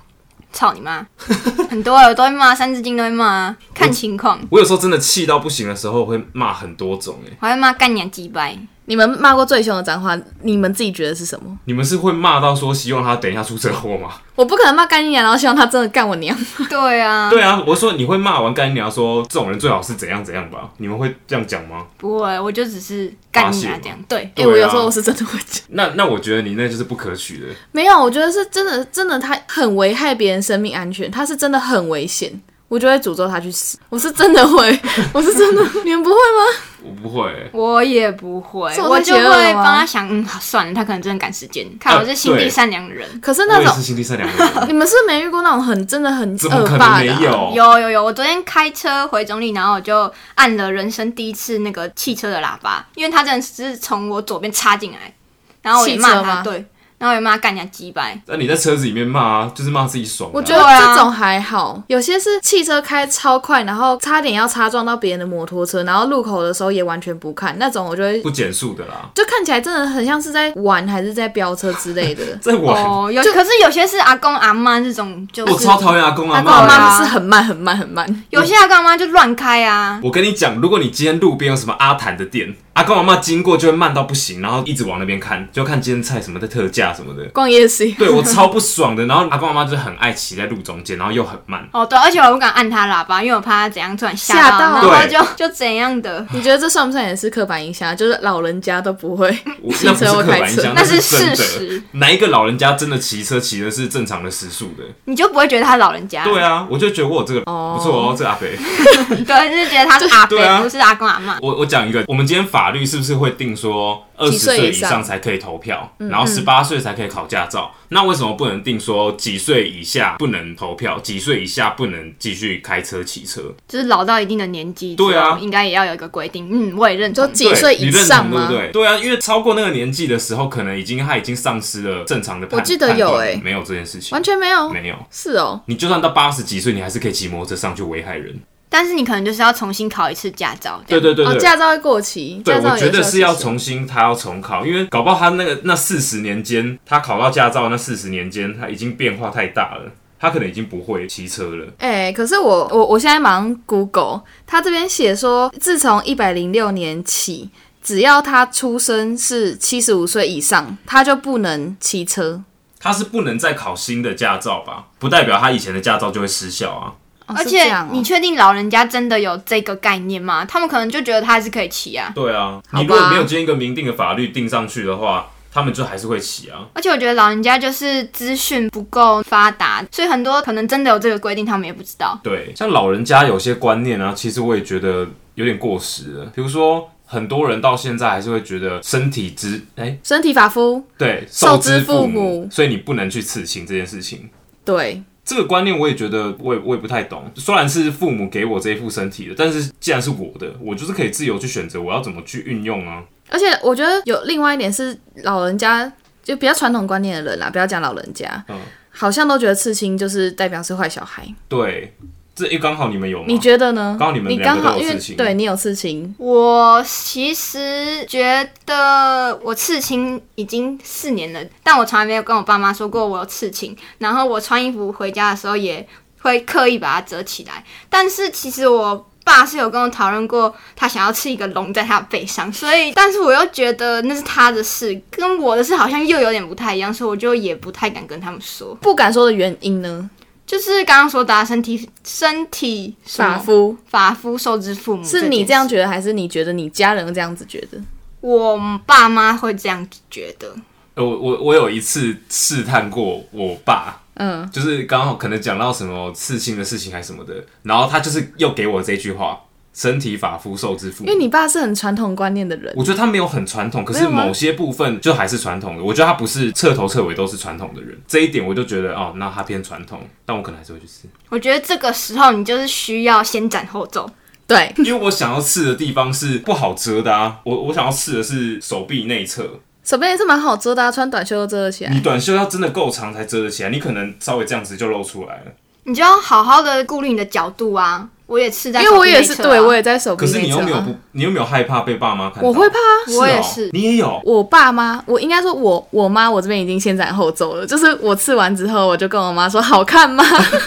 Speaker 1: 操你妈！ [LAUGHS] 很多我都会骂，三字经都会骂啊，看情况。
Speaker 2: 我有时候真的气到不行的时候，会骂很多种、欸。
Speaker 1: 我还会骂干娘鸡掰，
Speaker 3: 你们骂过最凶的脏话，你们自己觉得是什么？
Speaker 2: 你们是会骂到说希望他等一下出车祸吗？
Speaker 3: 我不可能骂干你娘，然后希望他真的干我娘。
Speaker 1: 对啊，
Speaker 2: 对啊，我说你会骂完干你娘说这种人最好是怎样怎样吧？你们会这样讲吗？
Speaker 1: 不会，我就只是干你啊这样。对，
Speaker 3: 哎、
Speaker 2: 对啊
Speaker 3: 我有时候我是真的会讲，
Speaker 2: 那那我觉得你那就是不可取的。
Speaker 3: 没有，我觉得是真的，真的他很危害别人生命安全，他是真的很危险，我就会诅咒他去死。我是真的
Speaker 2: [LAUGHS]
Speaker 3: 会，我是真的，你们不会吗？
Speaker 2: 我不会、欸。
Speaker 1: 我也不会，
Speaker 3: 是我
Speaker 1: 我
Speaker 3: 太
Speaker 1: 就
Speaker 3: 邪恶了
Speaker 1: 会
Speaker 3: 吗
Speaker 1: 帮他想，嗯，好算了，他可能真的赶时间。看我是心地
Speaker 2: 呃对
Speaker 1: 善良的人。
Speaker 3: 可是
Speaker 2: 我
Speaker 3: 那
Speaker 2: 也是
Speaker 3: 种
Speaker 2: 心地善良的人，
Speaker 3: [LAUGHS] 你们是没遇过那种很真的很
Speaker 2: 怎么可
Speaker 3: 恶
Speaker 2: 能
Speaker 3: 霸
Speaker 2: 没
Speaker 3: 的啊、
Speaker 2: 有？
Speaker 1: 有有有，我昨天开车回中立，然后我就按了人生第一次那个汽车的喇叭，因为他真的是从我左边插进来，然后我也
Speaker 3: 汽
Speaker 1: 骂
Speaker 3: 车
Speaker 1: 他，
Speaker 3: 吗
Speaker 1: 对，然后我也骂他干人家鸡掰，
Speaker 2: 那你在车子里面骂啊，就是骂自己爽的啊、
Speaker 3: 我觉得
Speaker 1: 对啊
Speaker 3: 这种还好，有些是汽车开超快，然后差点要擦撞到别人的摩托车，然后路口的时候也完全不看，那种我就会
Speaker 2: 不减速的啦，
Speaker 3: 就看起来真的很像是在玩还是在飙车之类
Speaker 2: [LAUGHS]。
Speaker 3: 的
Speaker 2: 在玩。
Speaker 1: 哦，有，可是有些是阿公阿妈这种，就是
Speaker 2: 我超讨厌阿公阿
Speaker 3: 阿公
Speaker 2: 妈
Speaker 3: 阿
Speaker 1: 对啊
Speaker 2: 的。
Speaker 3: 妈是很慢很慢很慢，
Speaker 1: 有些阿公阿妈就乱开啊，
Speaker 2: 我跟你讲，如果你今天路边有什么阿谭的店，阿公阿妈经过就会慢到不行，然后一直往那边看，就看今天菜什么的特价什么的。
Speaker 3: 逛夜市。
Speaker 2: 对我超不爽的。然后阿公阿妈就是很爱骑在路中间，然后又很慢。
Speaker 1: 哦，对，而且我不敢按他喇叭，因为我怕他怎样突然吓
Speaker 3: 吓到
Speaker 1: 然后
Speaker 2: 对
Speaker 1: 就就怎样的，
Speaker 3: [LAUGHS] 你觉得这算不算也是刻板印象？啊就是老人家都
Speaker 2: [LAUGHS]
Speaker 3: 不会
Speaker 2: 我
Speaker 3: 骑
Speaker 2: 那不是
Speaker 3: 车或
Speaker 2: 刻
Speaker 3: 开
Speaker 2: 板印
Speaker 3: 车
Speaker 2: 象，，
Speaker 1: 那
Speaker 2: 是
Speaker 1: 是
Speaker 2: 真
Speaker 1: 事实
Speaker 2: 的。哪一个老人家真的骑车骑的是正常的时速的？
Speaker 1: 你就不会觉得他老人家，
Speaker 2: 对啊，我就觉得我有这个
Speaker 3: 哦
Speaker 2: 不错哦，这阿肥。
Speaker 1: 对，就是觉得他是阿伯
Speaker 2: 对，啊
Speaker 1: 不是阿公阿妈。
Speaker 2: 我我讲一个，我们今天法律是不是会定说二
Speaker 3: 几
Speaker 2: 十
Speaker 3: 岁
Speaker 2: 岁
Speaker 3: 以
Speaker 2: 以
Speaker 3: 上嗯
Speaker 2: 上才可以投票，然后十八岁才可以考驾照？那为什么不能定说几岁以下不能投票，几岁以下不能继续开车骑车？
Speaker 1: 就是老到一定的年纪之后，
Speaker 2: 对啊
Speaker 1: 应该也要有一个规定。嗯，我也认同
Speaker 3: 就。几
Speaker 2: 对
Speaker 3: 岁
Speaker 2: 你
Speaker 3: 以
Speaker 2: 认
Speaker 3: 上
Speaker 2: 同对
Speaker 3: 吗
Speaker 2: 不？对？对啊，因为超过那个年纪的时候，可能已经他已经丧失了正常的判。
Speaker 3: 我记得有
Speaker 2: 判断
Speaker 3: 欸
Speaker 2: 没有这件事情，
Speaker 3: 完全没有，
Speaker 2: 没有。
Speaker 3: 是哦，
Speaker 2: 你就算到八十几岁，你还是可以骑摩托车上去危害人。
Speaker 1: 但是你可能就是要重新考一次驾照。这
Speaker 2: 对
Speaker 1: 样
Speaker 2: 对对
Speaker 3: 哦，
Speaker 2: 对，
Speaker 3: 驾照会过期，
Speaker 2: 对，
Speaker 3: 驾照
Speaker 2: 我觉
Speaker 3: 有
Speaker 2: 得
Speaker 3: 效
Speaker 2: 是要
Speaker 3: 期限
Speaker 2: 重新，他要重考，因为搞不好他那个那四十年间，他考到驾照那四十年间，他已经变化太大了，他可能已经不会骑车了。
Speaker 3: 哎、可是我我我现在忙 Google，他这边写说，自从一百零六年起，只要他出生是七十五岁以上，他就不能骑车。
Speaker 2: 他是不能再考新的驾照吧？不代表他以前的驾照就会失效啊。
Speaker 3: 哦
Speaker 1: 而
Speaker 3: 是这
Speaker 1: 且
Speaker 3: 样哦
Speaker 1: 你确定老人家真的有这个概念吗？他们可能就觉得他还是可以骑啊。
Speaker 2: 对啊，
Speaker 3: 吧
Speaker 2: 你如果没有经一个明定的法律定上去的话，他们就还是会骑啊。
Speaker 1: 而且我觉得老人家就是资讯不够发达，所以很多可能真的有这个规定，他们也不知道。
Speaker 2: 对，像老人家有些观念啊，其实我也觉得有点过时了。比如说，很多人到现在还是会觉得身体之哎、
Speaker 3: 身体发肤，
Speaker 2: 对
Speaker 3: 受之
Speaker 2: 之
Speaker 3: 父
Speaker 2: 母
Speaker 3: 母，
Speaker 2: 所以你不能去刺青这件事情。
Speaker 3: 对，
Speaker 2: 这个观念我也觉得我，也我也不太懂。虽然是父母给我这一副身体的，但是既然是我的，我就是可以自由去选择我要怎么去运用啊。
Speaker 3: 而且我觉得有另外一点是，老人家就比较传统观念的人啦，不要讲老人家，
Speaker 2: 嗯
Speaker 3: 好像都觉得刺青就是代表是坏小孩。
Speaker 2: 对，这一刚好你们有吗？
Speaker 3: 你觉得呢？
Speaker 2: 刚好你们
Speaker 3: 你
Speaker 2: 两
Speaker 3: 刚
Speaker 2: 个都有
Speaker 3: 好因为
Speaker 2: 刺青
Speaker 3: 对你有刺青，
Speaker 1: 我其实觉得我刺青已经四年了，但我从来没有跟我爸妈说过我有刺青。然后我穿衣服回家的时候也会刻意把它折起来，但是其实我。爸是有跟我讨论过，他想要刺一个龙在他背上，所以，但是我又觉得那是他的事，跟我的事好像又有点不太一样，所以我就也不太敢跟他们说。
Speaker 3: 不敢说的原因呢？
Speaker 1: 就是刚刚说的啊、身体身体什么嗯
Speaker 3: 发肤
Speaker 1: 法夫受之父母，
Speaker 3: 是你这 [LAUGHS] 样觉得，还是你觉得你家人这样子觉得？
Speaker 1: 我爸妈会这样觉得，
Speaker 2: 呃我我我有一次试探过我爸，
Speaker 3: 嗯，
Speaker 2: 就是刚好可能讲到什么刺青的事情还是什么的，然后他就是又给我这句话：身体发肤受之父母。
Speaker 3: 因为你爸是很传统观念的人，
Speaker 2: 我觉得他没有很传统，可
Speaker 3: 没
Speaker 2: 是
Speaker 3: 有啊吗
Speaker 2: 某些部分就还是传统的。我觉得他不是彻头彻尾都是传统的人，这一点我就觉得哦，那他偏传统，但我可能还是会去
Speaker 3: [LAUGHS]
Speaker 2: 吃，
Speaker 1: 我觉得这个时候你就是需要先斩后奏。
Speaker 3: 对，
Speaker 2: 因为我想要刺的地方是不好遮的啊。我我想要刺的是手臂内侧，
Speaker 3: 手边也是蛮好遮的、啊，穿短袖都遮得起来。
Speaker 2: 你短袖要真的够长才遮得起来，你可能稍微这样子就露出来了。
Speaker 1: 你就要好好的顾虑你的角度啊！我也是在、
Speaker 3: 因为我也是，对我
Speaker 1: 也
Speaker 3: 也在手臂
Speaker 2: 可是
Speaker 3: 内
Speaker 2: 你
Speaker 3: 侧、
Speaker 2: 又没有
Speaker 3: 啊。
Speaker 2: 不，你又没有害怕被爸妈看到？
Speaker 3: 我会怕、啊，
Speaker 2: 哦
Speaker 1: 我也是
Speaker 2: 你也有。
Speaker 3: 我爸妈，我应该说我我妈，我这边已经先斩后奏了。就是我刺完之后，我就跟我妈说好看吗？ [LAUGHS]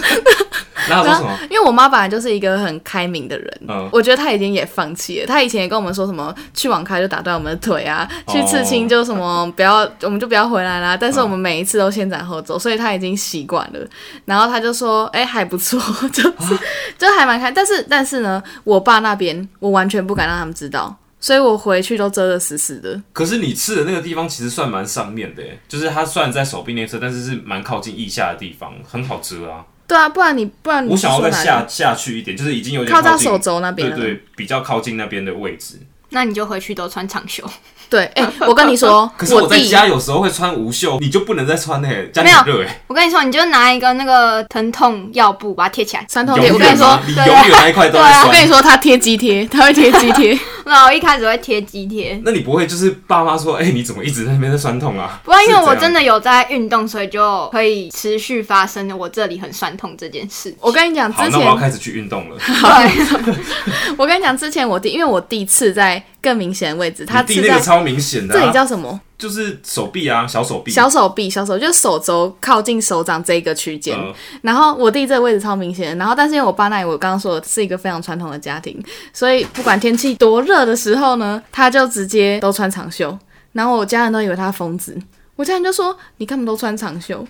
Speaker 2: 那他说什么？
Speaker 3: 因为我妈本来就是一个很开明的人，
Speaker 2: 嗯
Speaker 3: 我觉得她已经也放弃了。她以前也跟我们说什么去网咖就打断我们的腿啊，去刺青就什么不要，我们就不要回来啦。但是我们每一次都先斩后奏，所以她已经习惯了。然后她就说：“哎、还不错， [LAUGHS] 就是、就还蛮开。”但是但是呢，我爸那边我完全不敢让他们知道，所以我回去都遮得死死的。
Speaker 2: 可是你刺的那个地方其实算蛮上面的耶，就是它虽然在手臂内侧，但是是蛮靠近腋下的地方，很好遮啊。
Speaker 3: 对啊，不然你不然你
Speaker 2: 我想要
Speaker 3: 说
Speaker 2: 再
Speaker 3: 哪里
Speaker 2: 下下去一点，就是已经有点
Speaker 3: 靠到
Speaker 2: 近
Speaker 3: 手肘那边
Speaker 2: 对
Speaker 3: 了
Speaker 2: 对，比较靠近那边的位置。
Speaker 1: 那你就回去都穿长袖，
Speaker 3: 对，哎、我跟你说，
Speaker 2: [LAUGHS] 可是我在
Speaker 3: 弟
Speaker 2: 家有时候会穿无袖，你就不能再穿嘞、家里
Speaker 1: 没有
Speaker 2: 很热哎、
Speaker 1: 我跟你说，你就拿一个那个疼痛药布把它贴起来。
Speaker 3: 三痛
Speaker 2: 永远
Speaker 3: 点，我跟你说
Speaker 2: 啊。你
Speaker 1: 对
Speaker 2: 永
Speaker 1: 啊
Speaker 2: 远那一块都在
Speaker 3: 我跟你
Speaker 2: 酸。
Speaker 3: 说，他贴肌贴， [LAUGHS] 他会贴肌
Speaker 2: [LAUGHS]
Speaker 3: 贴。
Speaker 1: 那我一开始会贴肌贴，
Speaker 2: 那你不会就是爸妈说，哎、你怎么一直在那边在酸痛啊？
Speaker 1: 不过因为我
Speaker 2: 是这
Speaker 1: 真
Speaker 2: 样
Speaker 1: 的有在运动，所以就可以持续发生我这里很酸痛这件事。
Speaker 3: 我跟你讲，之
Speaker 2: 好，那我要
Speaker 3: 前
Speaker 2: 开始去运动了。
Speaker 1: 对，
Speaker 3: [LAUGHS] 我跟你讲，之前我弟，因为我弟刺在更明显的位置，他
Speaker 2: 你弟
Speaker 3: 刺
Speaker 2: 那
Speaker 3: 在
Speaker 2: 个超明显的、
Speaker 3: 这里
Speaker 2: 啊，
Speaker 3: 叫什么？
Speaker 2: 就是手臂啊，小手臂，
Speaker 3: 小手臂、小手就是手肘靠近手掌这一个区间。
Speaker 2: 嗯
Speaker 3: 然后我弟这个位置超明显的，然后但是因为我爸那里我刚刚说的是一个非常传统的家庭，所以不管天气多热的时候呢，他就直接都穿长袖。然后我家人都以为他疯子，我家人就说你干嘛都穿长袖？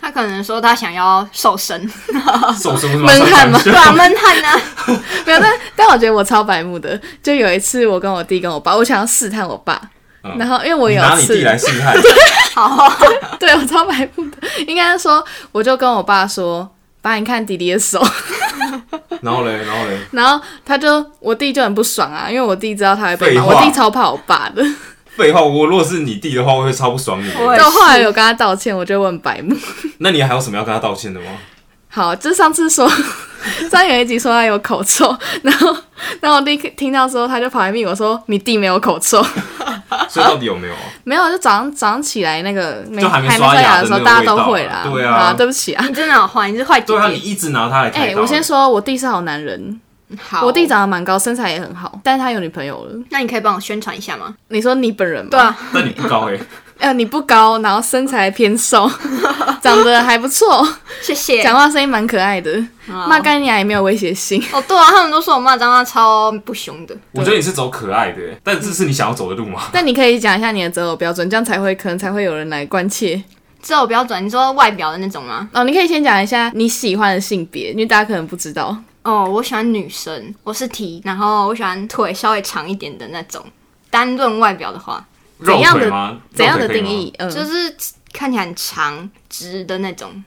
Speaker 1: 他可能说他想要瘦
Speaker 3: [LAUGHS]
Speaker 1: 身，
Speaker 2: 呃手伸
Speaker 3: 闷汗吗
Speaker 1: 对啊，闷汗啊，
Speaker 3: 没有，但 [LAUGHS] 但我觉得我超白目的。就有一次我跟我弟跟我爸，我想要试探我爸，
Speaker 2: 嗯
Speaker 3: 然后因为我
Speaker 2: 你
Speaker 3: 有
Speaker 2: 拿你
Speaker 3: 次
Speaker 2: 弟来试
Speaker 3: [LAUGHS]
Speaker 2: 探，
Speaker 1: 好，
Speaker 3: 对我超白目的，应该说我就跟我爸说。爸，你看弟弟的手，
Speaker 2: 然后嘞，然后嘞，
Speaker 3: 然后他就我弟就很不爽啊，因为我弟知道他会被骂，
Speaker 2: 废话
Speaker 3: 我弟超怕我爸的。
Speaker 2: 废话，我如果是你弟的话，我会超不爽你的。
Speaker 1: 我也
Speaker 3: 但我后来有跟他道歉，我觉得我很白目。
Speaker 2: 那你还有什么要跟他道歉的吗？
Speaker 3: 好，就上次说， [LAUGHS] 上有一集说他有口臭， [LAUGHS] 然后然后我弟听到之后，他就跑来密我说你弟没有口臭， [LAUGHS]
Speaker 2: 所以到底有没有啊？
Speaker 3: 没有，就早上早上起来那个没
Speaker 2: 就还没
Speaker 3: 刷
Speaker 2: 刷牙的
Speaker 3: 的时候，
Speaker 2: 那个
Speaker 3: 大家
Speaker 2: 味
Speaker 3: 都
Speaker 2: 道啊
Speaker 3: 会啦，
Speaker 2: 对啊
Speaker 3: 对不起啊。
Speaker 1: 你真的好坏，你是坏姐
Speaker 2: 对啊，你
Speaker 1: 姐。
Speaker 2: 一直拿他来
Speaker 3: 哎、
Speaker 2: 开刀。
Speaker 3: 我先说，我弟是好男人，
Speaker 1: 好，
Speaker 3: 我弟，长得蛮高，身材也很好，但是他有女朋友了。
Speaker 1: 那你可以帮我宣传一下吗？
Speaker 3: 你说你本人吗？
Speaker 1: 对，啊，
Speaker 2: 但你不高
Speaker 3: [LAUGHS]
Speaker 2: 哎，
Speaker 3: 呃，你不高，然后身材
Speaker 1: [LAUGHS]
Speaker 3: 偏瘦，长得还不错，
Speaker 1: 谢谢。
Speaker 3: 讲话声音蛮可爱的，骂干你也没有威胁性。
Speaker 1: 哦，对啊，他们都说我骂脏话超不凶的。
Speaker 2: 我觉得你是走可爱的欸，但这是你想要走的路吗？
Speaker 3: 但你可以讲一下你的择偶标准，这样才会可能才会有人来关切
Speaker 1: 这我标准，你说外表的那种吗？
Speaker 3: 哦。你可以先讲一下你喜欢的性别，因为大家可能不知道。
Speaker 1: 哦，我喜欢女生，我是 T，然后我喜欢腿稍微长一点的那种。单论外表的话，
Speaker 2: 肉
Speaker 3: 怎样
Speaker 2: 腿
Speaker 3: 的
Speaker 2: 吗？
Speaker 3: 怎样的
Speaker 2: 哦肉腿可以
Speaker 3: 定
Speaker 2: 吗？
Speaker 3: 义？嗯，
Speaker 1: 就是看起来很长直的那种。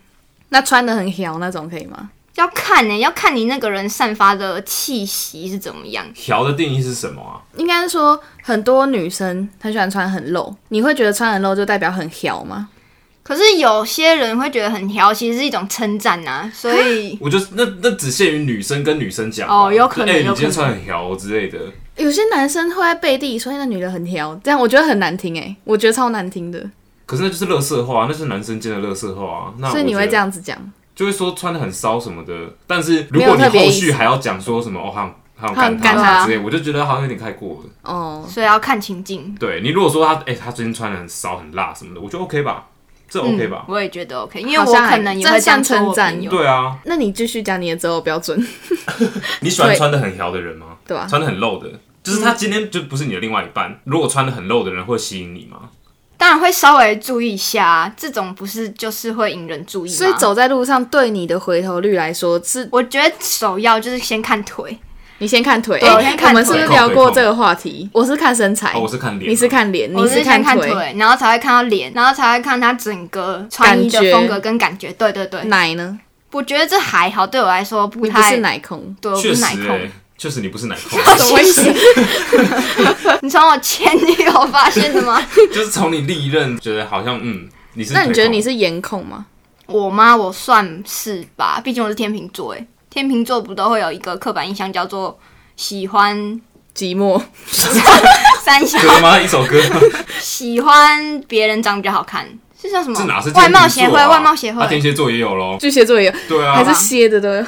Speaker 3: 那穿的很条那种可以吗？
Speaker 1: 要看呢、要看你那个人散发的气息是怎么样。
Speaker 2: 条的定义是什么啊？
Speaker 3: 应该是说很多女生很喜欢穿很露，你会觉得穿很露就代表很条吗？
Speaker 1: 可是有些人会觉得很挑，其实是一种称赞呐。所以
Speaker 2: 我就那那只限于女生跟女生讲
Speaker 1: 哦
Speaker 2: 吧
Speaker 1: 有可能
Speaker 2: 就哎，你
Speaker 1: 有
Speaker 2: 今
Speaker 1: 可能
Speaker 2: 天穿很条之类的，
Speaker 3: 有些男生会在背地里说哎那女的很条，这样我觉得很难听哎、我觉得超难听的，
Speaker 2: 可是那就是乐色话，那是男生间的乐色话啊。那
Speaker 3: 所以你
Speaker 2: 我
Speaker 3: 会
Speaker 2: 觉
Speaker 3: 这
Speaker 2: 得
Speaker 3: 样子讲，
Speaker 2: 就会说穿的很骚什么的，但是如
Speaker 3: 没
Speaker 2: 果
Speaker 3: 有
Speaker 2: 你
Speaker 3: 特别
Speaker 2: 后
Speaker 3: 意
Speaker 2: 续
Speaker 3: 思
Speaker 2: 还要讲说什么哦，好像
Speaker 3: 好
Speaker 2: 好
Speaker 3: 像
Speaker 2: 像干
Speaker 1: 干
Speaker 2: 他
Speaker 1: 他
Speaker 2: 之类，我就觉得好像有点太过了。
Speaker 3: 哦。
Speaker 1: 所以要看情境。
Speaker 2: 对你如果说他哎、他最近穿的很骚很辣什么的，我觉得 OK 吧，这
Speaker 3: 嗯
Speaker 2: OK 吧？
Speaker 1: 嗯我也觉得 OK，因为
Speaker 3: 好
Speaker 1: 我
Speaker 3: 像还
Speaker 1: 可能也会这样称
Speaker 3: 这算
Speaker 1: 我
Speaker 3: 称
Speaker 1: 朋友。
Speaker 2: 对啊，
Speaker 3: 那你继续讲你的择偶标
Speaker 2: [LAUGHS]
Speaker 3: 准，
Speaker 2: 你喜欢
Speaker 3: 对
Speaker 2: 穿的很条的人吗？
Speaker 3: 对啊嗯吧、
Speaker 2: 穿的很露的，就是他今天就不是你的另外一半。如果穿的很露的人会吸引你吗？
Speaker 1: 当然会稍微注意一下啊，这种不是就是会引人注意吗？
Speaker 3: 所以走在路上对你的回头率来说是
Speaker 1: 我觉得首要就是先看腿，
Speaker 3: 你先看腿，
Speaker 1: 对
Speaker 3: 欸
Speaker 1: 我先看
Speaker 3: 我们是不是
Speaker 2: 腿
Speaker 3: 聊过这个话题？我是看身材，
Speaker 2: 哦，我是看脸，
Speaker 3: 哎你是看脸，
Speaker 1: 我
Speaker 3: 你
Speaker 1: 是先
Speaker 3: 看
Speaker 1: 看腿，然后才会看到脸，然后才会看他整个穿衣的
Speaker 3: 感觉
Speaker 1: 风格跟感
Speaker 3: 嗯
Speaker 1: 觉。对对对，
Speaker 3: 奶呢？
Speaker 1: 我觉得这还好，对我来说不
Speaker 3: 你不
Speaker 1: 太
Speaker 3: 是
Speaker 1: [LAUGHS]
Speaker 3: 奶控，
Speaker 1: 对，我不
Speaker 2: 确
Speaker 1: 是
Speaker 2: 实
Speaker 1: 奶
Speaker 2: 哎、
Speaker 3: [LAUGHS]
Speaker 1: 控。
Speaker 2: 确实你不是奶控，
Speaker 3: 怎么回事？
Speaker 1: [LAUGHS] 你从我前女友发现的吗？ [LAUGHS]
Speaker 2: 就是从你历任觉得好像嗯，你是
Speaker 3: 那你
Speaker 2: 腿
Speaker 3: 觉得
Speaker 2: 控
Speaker 3: 你是颜控吗？
Speaker 1: 我妈我算是吧，毕竟我是天秤座哎，天秤座不都会有一个刻板印象叫做喜欢
Speaker 3: 寂
Speaker 2: 哦
Speaker 3: 寞，
Speaker 1: 三小，
Speaker 2: 歌吗？一首歌
Speaker 3: [LAUGHS]
Speaker 1: 喜欢别人长得比较好看，是叫什么
Speaker 2: 这哪是？
Speaker 1: 外
Speaker 2: 天秤
Speaker 1: 貌协会，
Speaker 2: 座啊
Speaker 1: 外貌协
Speaker 2: 啊天
Speaker 1: 会，
Speaker 2: 蝎座也有咯。
Speaker 3: 巨蟹座也有，
Speaker 2: 对啊，
Speaker 3: 还是蝎的都有，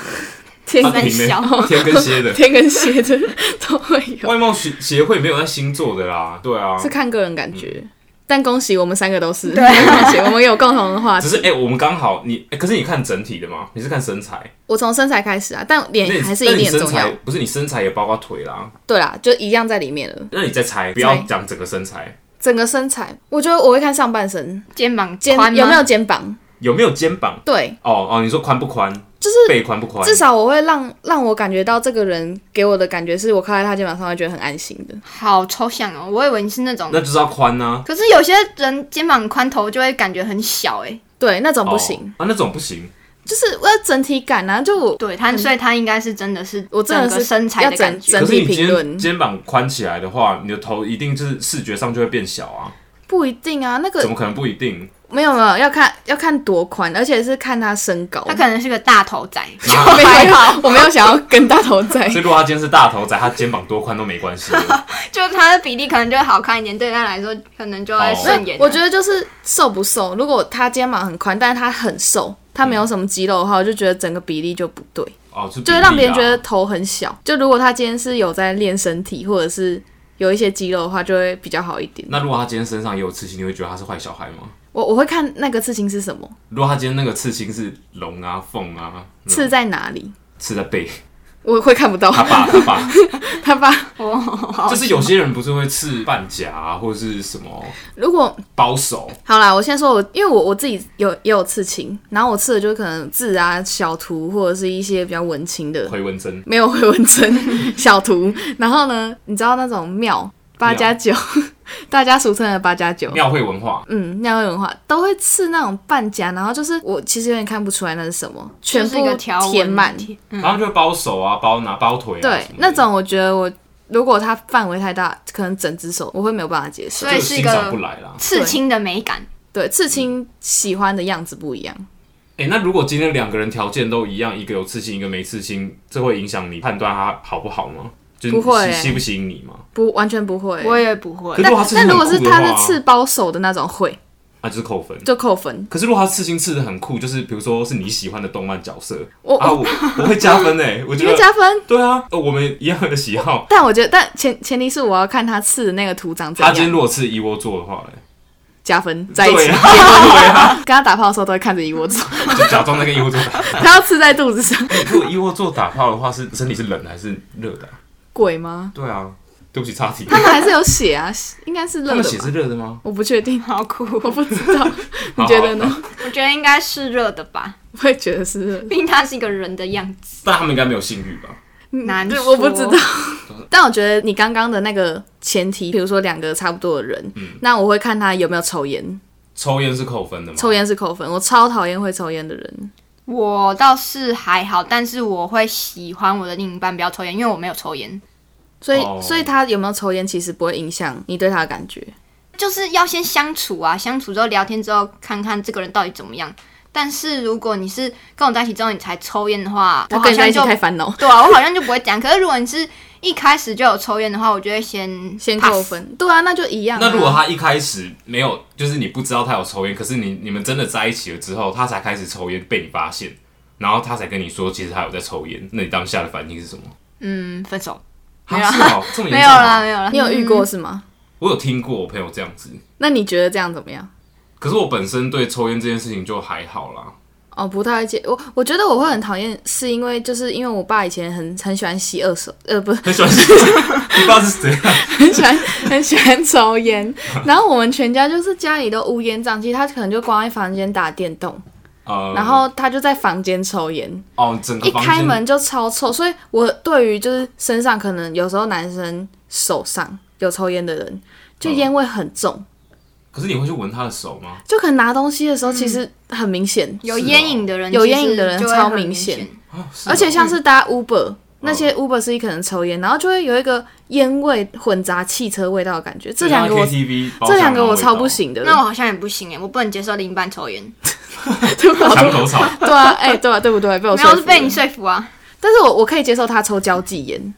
Speaker 3: 天
Speaker 2: 啊
Speaker 1: 三
Speaker 2: 你没
Speaker 1: 小。
Speaker 2: 天跟蝎
Speaker 3: [LAUGHS]
Speaker 2: 的。
Speaker 3: 天跟蝎的都会有，
Speaker 2: 外貌协协会没有在星座的啦，对啊，
Speaker 3: 是看个人感
Speaker 2: 嗯
Speaker 3: 觉。但恭喜我们三个都是，
Speaker 1: 对
Speaker 3: 恭喜我们有共同的话
Speaker 2: 只
Speaker 3: 题。
Speaker 2: 是哎、我们刚好你、哎可是你看整体的嘛，你是看身材，
Speaker 3: 我从身材开始啊，但
Speaker 2: 那
Speaker 3: 脸
Speaker 2: 你
Speaker 3: 还是
Speaker 2: 那
Speaker 3: 一
Speaker 2: 你
Speaker 3: 定
Speaker 2: 身
Speaker 3: 很重
Speaker 2: 材
Speaker 3: 要。
Speaker 2: 不是你身材也包括腿啦，
Speaker 3: 对啦，就一样在里面了。
Speaker 2: 那你再猜，不要讲整个身材，
Speaker 3: 整个身材，我觉得我会看上半身，
Speaker 1: 肩膀
Speaker 3: 肩
Speaker 1: 宽吗
Speaker 3: 有没有？肩膀？
Speaker 2: 有没有肩膀？
Speaker 3: 对，
Speaker 2: 哦哦，你说宽不宽？
Speaker 3: 就是
Speaker 2: 背宽不宽？
Speaker 3: 至少我会让让我感觉到这个人给我的感觉是我靠在他肩膀上会觉得很安心的。
Speaker 1: 好抽象哦，我以为你是那种
Speaker 2: 那。就是要宽呢、
Speaker 1: 可是有些人肩膀宽头就会感觉很小哎、
Speaker 3: 对，那种
Speaker 2: 啊，
Speaker 3: 不行，
Speaker 2: 哦、啊，那种不行。
Speaker 3: 就是我要整体感啊，就我
Speaker 1: 对他，所以他应该是真的是
Speaker 3: 我真的
Speaker 1: 整个
Speaker 3: 是
Speaker 1: 身材的
Speaker 3: 要整
Speaker 1: 感觉
Speaker 3: 整
Speaker 2: 可是你
Speaker 3: 体评
Speaker 2: 肩
Speaker 3: 论
Speaker 2: 肩膀宽起来的话，你的头一定就是视觉上就会变小啊，
Speaker 3: 不一定啊，那
Speaker 2: 怎
Speaker 3: 个
Speaker 2: 么可能不一定？
Speaker 3: 没有没有要看要看多宽，而且是看他身高。
Speaker 1: 他可能是个大头仔，
Speaker 2: 啊
Speaker 3: [LAUGHS] 我没有，我没有想要跟大头在，
Speaker 2: 所以如果他 [LAUGHS] 今天是大头仔，他肩膀多宽都没关
Speaker 3: [LAUGHS]
Speaker 2: 系的。
Speaker 1: [LAUGHS] 就他的比例可能就会好看一点，对他来说可能就会
Speaker 2: 哦
Speaker 1: 顺眼啊、
Speaker 3: 我觉得就是瘦不瘦，如果他肩膀很宽，但是他很瘦，他没有什么肌肉的话，我就觉得整个比例就不对，
Speaker 2: 哦，就
Speaker 3: 就会让别人觉得头很小。就如果他今天是有在练身体，或者是。有一些肌肉的话，就会比较好一点。
Speaker 2: 那如果他今天身上也有刺青，你会觉得他是坏小孩吗？
Speaker 3: 我我会看那个刺青是什么，
Speaker 2: 如果他今天那个刺青是龙啊、凤啊，那种
Speaker 3: 刺哦在哪里，
Speaker 2: 刺在背，
Speaker 3: 我会看不到
Speaker 2: 他爸他爸，
Speaker 3: [LAUGHS] 他把
Speaker 1: 哦，
Speaker 2: 就是有些人不是会刺半甲、啊、或是什么
Speaker 3: 如果
Speaker 2: 包手，
Speaker 3: 好啦，我先说我，因为我我自己有也有刺青，然后我刺的就是可能字啊、小图或者是一些比较文青的，
Speaker 2: 回纹针，
Speaker 3: 没有回纹针小图。然后呢，你知道那种庙八加九， [LAUGHS] 大家俗称的八加九，
Speaker 2: 庙会文化。
Speaker 3: 嗯，庙会文化都会刺那种半甲，然后就是我其实有点看不出来那是什么，全
Speaker 1: 就是一
Speaker 3: 部
Speaker 1: 个条纹
Speaker 3: 填满。
Speaker 2: 然后就会包手啊，包哪包腿啊，
Speaker 3: 嗯对
Speaker 2: 什么的，
Speaker 3: 那种我觉得我如果它范围太大，可能整只手我会没有办法接受
Speaker 1: 所。以
Speaker 2: 就是
Speaker 1: 一
Speaker 2: 欣
Speaker 1: 个
Speaker 2: 赏不来啦。
Speaker 1: 刺青的美感。
Speaker 3: 对，刺青喜欢的样子不一样。
Speaker 2: 哎、那如果今天两个人条件都一样，一个有刺青，一个没刺青，这会影响你判断他好不好吗？就是
Speaker 3: 不会
Speaker 2: 吸
Speaker 3: 欸
Speaker 2: 吸不吸引你吗？
Speaker 3: 不，完全不会。
Speaker 1: 我也不会
Speaker 2: 可，是
Speaker 3: 但
Speaker 2: 如果他刺青
Speaker 3: 但如果
Speaker 2: 很
Speaker 3: 是
Speaker 2: 酷的
Speaker 3: 他
Speaker 2: 话嗯
Speaker 3: 是刺包手的那种，会
Speaker 2: 那啊就是扣分。
Speaker 3: 就扣分。
Speaker 2: 可是如果他刺青刺的很酷，就是比如说是你喜欢的动漫角色，
Speaker 3: 我
Speaker 2: 啊，
Speaker 3: 我
Speaker 2: 我我会加分哎、我觉
Speaker 3: 因为
Speaker 2: 得
Speaker 3: 加分，
Speaker 2: 对啊，呃我们一样的喜好。
Speaker 3: 但我觉得，但前前提是我要看他刺的那个图长怎
Speaker 2: 他今天
Speaker 3: 样，
Speaker 2: 如果刺一窝座的话嘞，
Speaker 3: 加分在一起。
Speaker 2: [LAUGHS] 对
Speaker 3: 结
Speaker 2: 啊
Speaker 3: 婚 [LAUGHS] 跟他打炮的时候都会看着一窝走，
Speaker 2: 就假装在跟一窝座打。
Speaker 3: 他要刺在肚子
Speaker 2: [LAUGHS]
Speaker 3: 上，
Speaker 2: 哎如果一窝座打炮的话，是身体是冷的还是热的啊、
Speaker 3: 鬼吗？
Speaker 2: 对啊，对不起，差题。
Speaker 3: 他们还是有血啊，应该是
Speaker 2: 他
Speaker 3: 热
Speaker 2: 们
Speaker 3: 的
Speaker 2: 血
Speaker 3: 吧？
Speaker 2: 是热的吗？
Speaker 3: 我不确定，
Speaker 1: [LAUGHS] 好酷，
Speaker 3: 我不知
Speaker 2: [LAUGHS]
Speaker 3: 道， [LAUGHS] 你觉得呢？
Speaker 1: 我觉得应该是热的吧，
Speaker 3: 我会觉得是热的。
Speaker 1: 毕竟它是一个人的样子，
Speaker 2: 但他们应该没有性欲吧？
Speaker 1: 难
Speaker 3: 嗯对
Speaker 1: 说。
Speaker 3: 我不知
Speaker 2: [LAUGHS]
Speaker 3: 道，但我觉得你刚刚的那个前提，比如说两个差不多的人，
Speaker 2: 嗯
Speaker 3: 那我会看他有没有抽烟。
Speaker 2: 抽烟是扣分的吗？
Speaker 3: 抽烟是扣分，我超讨厌会抽烟的人。
Speaker 1: 我倒是还好，但是我会喜欢我的另一半不要抽烟，因为我没有抽烟。
Speaker 3: 所以
Speaker 2: 哦
Speaker 3: 所以他有没有抽烟，其实不会影响你对他的感觉。
Speaker 1: 就是要先相处啊，相处之后聊天之后，看看这个人到底怎么样。但是如果你是跟我在一起之后你才抽烟的话，我
Speaker 3: 他
Speaker 1: 好
Speaker 3: 跟你在
Speaker 1: 像
Speaker 3: 一起
Speaker 1: 就
Speaker 3: 太烦恼，
Speaker 1: 对啊，我好像就不会讲。可是如果你是一开始就有抽烟的话，我就会先
Speaker 3: 先
Speaker 1: pass
Speaker 3: 扣。分。对啊，那就一样、啊。
Speaker 2: 那如果他一开始没有，就是你不知道他有抽烟，可是你你们真的在一起了之后，他才开始抽烟，被你发现，然后他才跟你说其实他有在抽烟，那你当下的反应是什么？
Speaker 1: 嗯，分手
Speaker 2: 没有，是哦这么严重
Speaker 1: 没有啦，
Speaker 2: 啊
Speaker 1: 没有啦。嗯
Speaker 3: 你有遇过是吗？
Speaker 2: 我有听过我朋友这样子，
Speaker 3: 那你觉得这样怎么样？
Speaker 2: 可是我本身对抽烟这件事情就还好 [LAUGHS] 啦。
Speaker 3: 哦，不太接我，我觉得我会很讨厌，是因为就是因为我爸以前很很喜欢吸二手，呃，不是
Speaker 2: 很喜欢吸烟，你爸是谁啊？
Speaker 3: 很喜欢很喜欢抽烟，然后我们全家就是家里都乌烟瘴气，他可能就关在房间打电动，
Speaker 2: 呃，
Speaker 3: 然后他就在房间抽烟，
Speaker 2: 哦，整个
Speaker 3: 一
Speaker 2: 房
Speaker 3: 开
Speaker 2: 间
Speaker 3: 门就超臭，所以我对于就是身上可能有时候男生手上有抽烟的人，就
Speaker 2: 嗯
Speaker 3: 烟味很重，
Speaker 2: 可是你会去闻他的手吗？
Speaker 3: 就可能拿东西的时候其实很明显，
Speaker 1: 有烟瘾的人，
Speaker 3: 有烟瘾的人
Speaker 1: 其实就会
Speaker 3: 超
Speaker 1: 很
Speaker 3: 明
Speaker 1: 明
Speaker 3: 显
Speaker 1: 显。
Speaker 2: 哦是哦
Speaker 3: 而且像是搭 Uber、那些 Uber 司机可能抽烟，然后就会有一个烟味混杂汽车味道的感觉，这两个我
Speaker 2: 就像 KTV 包
Speaker 3: 这
Speaker 2: 厢
Speaker 3: 两个
Speaker 2: 那种
Speaker 3: 我超
Speaker 2: 味道
Speaker 3: 不，行的，
Speaker 1: 那
Speaker 3: [LAUGHS]
Speaker 1: 我好像也不行哎，我不能接受另一半抽烟。
Speaker 3: 对吧
Speaker 2: 墙头
Speaker 3: [LAUGHS]
Speaker 2: 草。
Speaker 3: 对啊，哎、对啊，对不对？被我
Speaker 1: 没
Speaker 3: 说
Speaker 1: 有，我
Speaker 3: 服
Speaker 1: 是被你
Speaker 3: 了
Speaker 1: 说服啊！
Speaker 3: 但是我我可以接受他抽交际烟，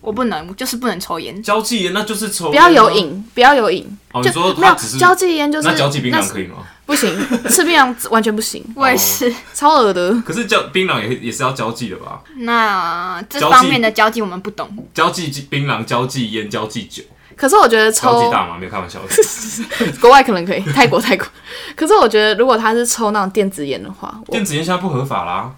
Speaker 1: 我不能，我就是不能抽烟。
Speaker 2: [LAUGHS] 交际烟那就是抽，
Speaker 3: 不要有。瘾，不要有瘾，
Speaker 2: 哦，你
Speaker 3: 就
Speaker 2: 说
Speaker 3: 没有
Speaker 2: 他只是
Speaker 3: 交际烟就是
Speaker 2: 那交际槟
Speaker 3: 那
Speaker 2: 榔
Speaker 3: 是
Speaker 2: 可以吗？[LAUGHS]
Speaker 3: 不行，吃槟榔完全不行，
Speaker 1: 我也是。
Speaker 3: 超恶的。
Speaker 2: 可是交槟榔也也是要交际的吧？
Speaker 1: 那这
Speaker 2: 交际
Speaker 1: 方面的交际我们不懂，
Speaker 2: 交际槟榔、交际烟、交际酒、
Speaker 3: 可是我觉得
Speaker 2: 交际
Speaker 3: 抽
Speaker 2: 大麻，没有开玩笑
Speaker 3: [LAUGHS]
Speaker 2: 的。
Speaker 3: 国外可能可以，泰国泰国。 [LAUGHS] 可是我觉得如果他是抽那种电子烟的话，我
Speaker 2: 电子烟现在不合法啦，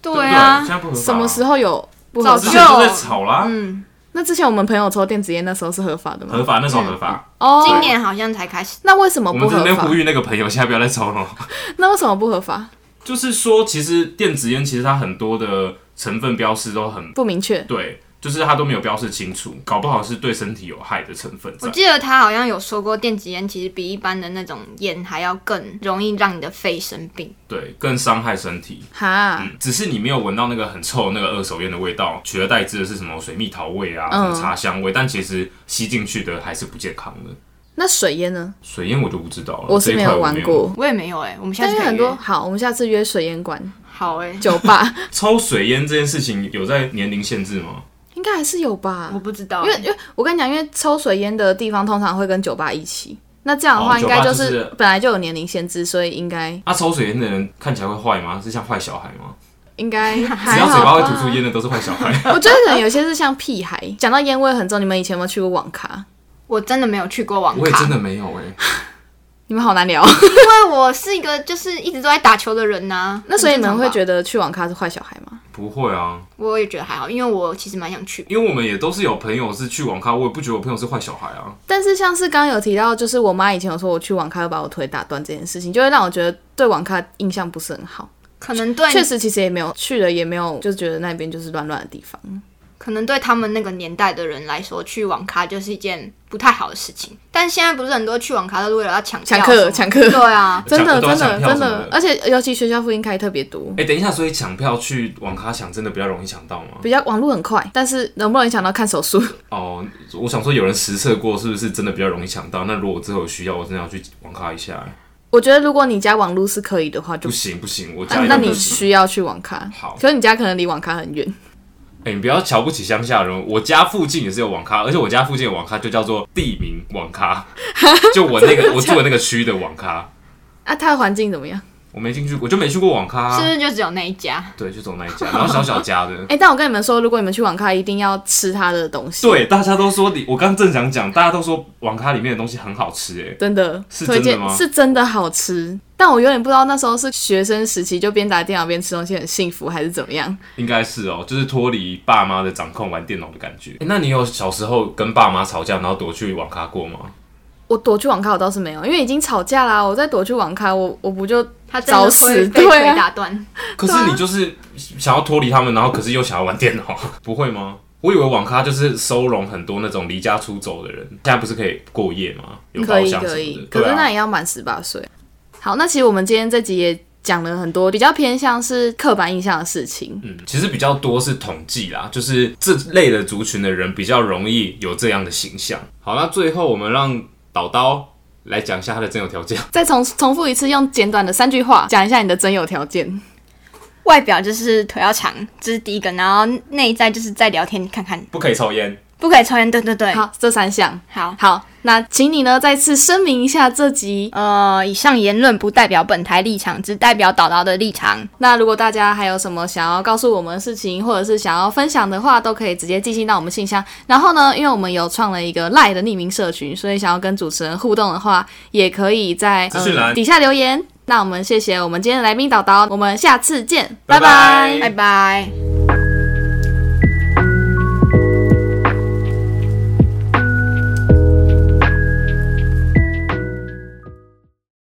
Speaker 2: 对不
Speaker 1: 对啊
Speaker 2: 现，在不合法啦。
Speaker 3: 什么时
Speaker 2: 候？
Speaker 3: 候有不合
Speaker 2: 之
Speaker 1: 早
Speaker 2: 前
Speaker 3: 法？
Speaker 2: 就在吵啦，
Speaker 1: 嗯，
Speaker 3: 那之前我们朋友抽电子烟那时候是合法的吗
Speaker 2: 合？法那时候合法。
Speaker 3: 哦，
Speaker 1: 今年好像才开始，
Speaker 3: 那为什么
Speaker 2: 我
Speaker 3: 哦
Speaker 2: 们
Speaker 3: 不
Speaker 2: 在
Speaker 3: 合
Speaker 2: 那边
Speaker 3: 法
Speaker 2: 呼？吁那个朋友， [LAUGHS] 现在不要再吵了。
Speaker 3: 那为什么不合法？
Speaker 2: 就是说，其实电子烟其实它很多的成分标示都很
Speaker 3: 不明确。
Speaker 2: 对，就是它都没有标示清楚，搞不好是对身体有害的成分
Speaker 1: 我
Speaker 2: 在。
Speaker 1: 记得他好像有说过，电子烟其实比一般的那种烟还要更容易让你的肺生病。
Speaker 2: 对，更伤害身体。
Speaker 3: 哈，
Speaker 2: 嗯，只是你没有闻到那个很臭的那个二手烟的味道，取而代之的是什么水蜜桃味啊，什
Speaker 3: 嗯
Speaker 2: 么茶香味，但其实吸进去的还是不健康的。
Speaker 3: 那水烟呢？
Speaker 2: 水烟我就不知道了，
Speaker 3: 我
Speaker 2: 哦
Speaker 3: 是
Speaker 2: 这
Speaker 3: 没
Speaker 2: 一块
Speaker 3: 有
Speaker 2: 我
Speaker 3: 玩
Speaker 2: 没有
Speaker 3: 过。
Speaker 1: 我也没有哎、我们现
Speaker 3: 但
Speaker 1: 在
Speaker 3: 是
Speaker 1: 可以
Speaker 3: 很多欸
Speaker 1: 约
Speaker 3: 好，我们下次约水烟馆、
Speaker 1: 好哎、
Speaker 3: 酒吧，
Speaker 2: 抽水烟这件事情有在年龄限制吗？
Speaker 3: [LAUGHS] 应该还是有吧
Speaker 1: 我？不知道
Speaker 3: 因
Speaker 1: 欸、
Speaker 3: 为因为我跟你讲，因为抽水烟的地方通常会跟酒吧一起，那这样的
Speaker 2: 哦
Speaker 3: 话应该
Speaker 2: 酒吧
Speaker 3: 就
Speaker 2: 就是
Speaker 3: 是本来就有年龄限制，所以应该
Speaker 2: 啊，抽水烟的人看起来会坏吗？是像坏小孩吗？
Speaker 3: 应 [LAUGHS] 该
Speaker 2: 只
Speaker 3: 还
Speaker 2: 要嘴巴
Speaker 3: 好
Speaker 2: 会
Speaker 3: 吧。
Speaker 2: 吐出烟的都是坏小孩。
Speaker 3: [LAUGHS] 我觉得可能有些是像屁孩。讲到烟味很重，你们以前有没有去过网咖？
Speaker 1: 我真的没有去过网
Speaker 2: 我也
Speaker 1: 咖
Speaker 2: 真，的没有哎、
Speaker 3: 你们好难 [LAUGHS] 聊。
Speaker 1: 因为我是一个就是一直都在打球的人啊呐、
Speaker 3: 那所以你们会
Speaker 1: 得，
Speaker 3: 觉得去网咖是坏小孩吗？
Speaker 2: 不会啊，
Speaker 1: 我也觉得还好，因为我其实蛮想去。
Speaker 2: 因为我们也都是有朋友是去网咖，我也不觉得我朋友是坏小孩啊。
Speaker 3: 但是像是刚刚有提到，就是我妈以前有说我去网咖会把我腿打断这件事情，就会让我觉得对网咖印象不是很好。
Speaker 1: 可能对，
Speaker 3: 确实，其实也没有去了，也没有就觉得那边就是乱乱的地方。
Speaker 1: 可能对他们那个年代的人来说，去网咖就是一件不太好的事情。但现在不是很多去网咖都是为了要抢票
Speaker 3: 抢客
Speaker 1: 什么
Speaker 3: 抢客
Speaker 1: 对
Speaker 3: [LAUGHS]
Speaker 1: 啊，
Speaker 3: 真的
Speaker 2: 都要
Speaker 3: 真
Speaker 2: 抢
Speaker 3: 的
Speaker 2: 票
Speaker 3: 真
Speaker 2: 什么
Speaker 3: 的
Speaker 2: 的，
Speaker 3: 而且尤其学校附近开特别多，
Speaker 2: 哎、等一下，所以抢票去网咖抢真的比较容易抢到吗？
Speaker 3: 比较网络很快，但是能不能想到看手速？
Speaker 2: 哦，我想说有人实测过是不是真的比较容易抢到？那如果我之后有需要，我真的要去网咖一下、欸
Speaker 3: 我觉得如果你家网络是可以的话，就
Speaker 2: 不行不行，我家
Speaker 3: 那
Speaker 2: 里
Speaker 3: 那
Speaker 2: 都
Speaker 3: 你
Speaker 2: 不行
Speaker 3: 需要去网咖。
Speaker 2: 好
Speaker 3: 可是你家可能离网咖很远。
Speaker 2: 哎、你不要瞧不起乡下人，我家附近也是有网咖，而且我家附近的网咖就叫做地名网
Speaker 3: [LAUGHS]
Speaker 2: 咖，就我那个我住的那个区的网咖，
Speaker 3: 啊，它的环境怎么样？
Speaker 2: 我没进去，我就没去过网咖、啊
Speaker 1: 是不是就只有那一家？
Speaker 2: 对，就走那一家，然后小小家的。
Speaker 3: 哎、但我跟你们说，如果你们去网咖，一定要吃它的东西。，
Speaker 2: 对，大家都说你，我刚正想讲，大家都说网咖里面的东西很好吃、欸，
Speaker 3: 真的
Speaker 2: 是
Speaker 3: 推
Speaker 2: 真的
Speaker 3: 荐
Speaker 2: 吗
Speaker 3: 是真的好吃。但我有点不知道那时候是学生时期就边打电脑边吃东西很幸福，还是怎么样？
Speaker 2: 应该是哦，就是脱离爸妈的掌控玩电脑的感觉、欸那你有小时候跟爸妈吵架，然后躲去网咖过吗？
Speaker 3: 我躲去网咖我倒是没有，因为已经吵架啦。我再躲去网咖，我我不就
Speaker 1: 他真的
Speaker 3: 找死
Speaker 1: 会被
Speaker 3: 对啊
Speaker 1: 腿打断。
Speaker 2: 可
Speaker 3: 啊
Speaker 2: 是你就是想要脱离他们，然后可是又想要玩电 [LAUGHS] 脑，不会吗？我以为网咖就是收容很多那种离家出走的人，现在不是可以过夜吗？有
Speaker 3: 可
Speaker 2: 包
Speaker 3: 以
Speaker 2: 厢什么
Speaker 3: 可
Speaker 2: 的
Speaker 3: 以，，可
Speaker 2: 对
Speaker 3: 是那
Speaker 2: 啊。
Speaker 3: 也要满十八岁。好，那其实我们今天这集也讲了很多比较偏向是刻板印象的事情。
Speaker 2: 嗯，其实比较多是统计啦，就是这类的族群的人比较容易有这样的形象。好，那最后我们让导刀来讲一下他的真有条件。 [LAUGHS]
Speaker 3: 再重重复一次，用简短的三句话讲一下你的真有条件。
Speaker 1: 外
Speaker 3: 啊
Speaker 1: 表就是腿要长，这是第一个，然后内在就是在聊天看看，
Speaker 2: 不可以抽烟，
Speaker 1: 不可以抽烟，对对
Speaker 2: 哎
Speaker 3: [LAUGHS]
Speaker 1: 对，
Speaker 3: 好，这三项。
Speaker 1: 好
Speaker 3: 好，那请你呢再次声明一下这集。
Speaker 1: 呃，以上言论不代表本台立场，只代表导导的立场。
Speaker 3: 那如果大家还有什么想要告诉我们的事情，或者是想要分享的话，都可以直接寄信到我们信箱。然后呢，因为我们有创了一个赖的匿名社群，所以想要跟主持人互动的话，也可以在、嗯
Speaker 2: 资讯栏
Speaker 3: 底下留言。那我们谢谢我们今天的来宾导导，我们下次见，
Speaker 2: 拜
Speaker 3: 拜拜
Speaker 2: 拜
Speaker 1: 拜拜。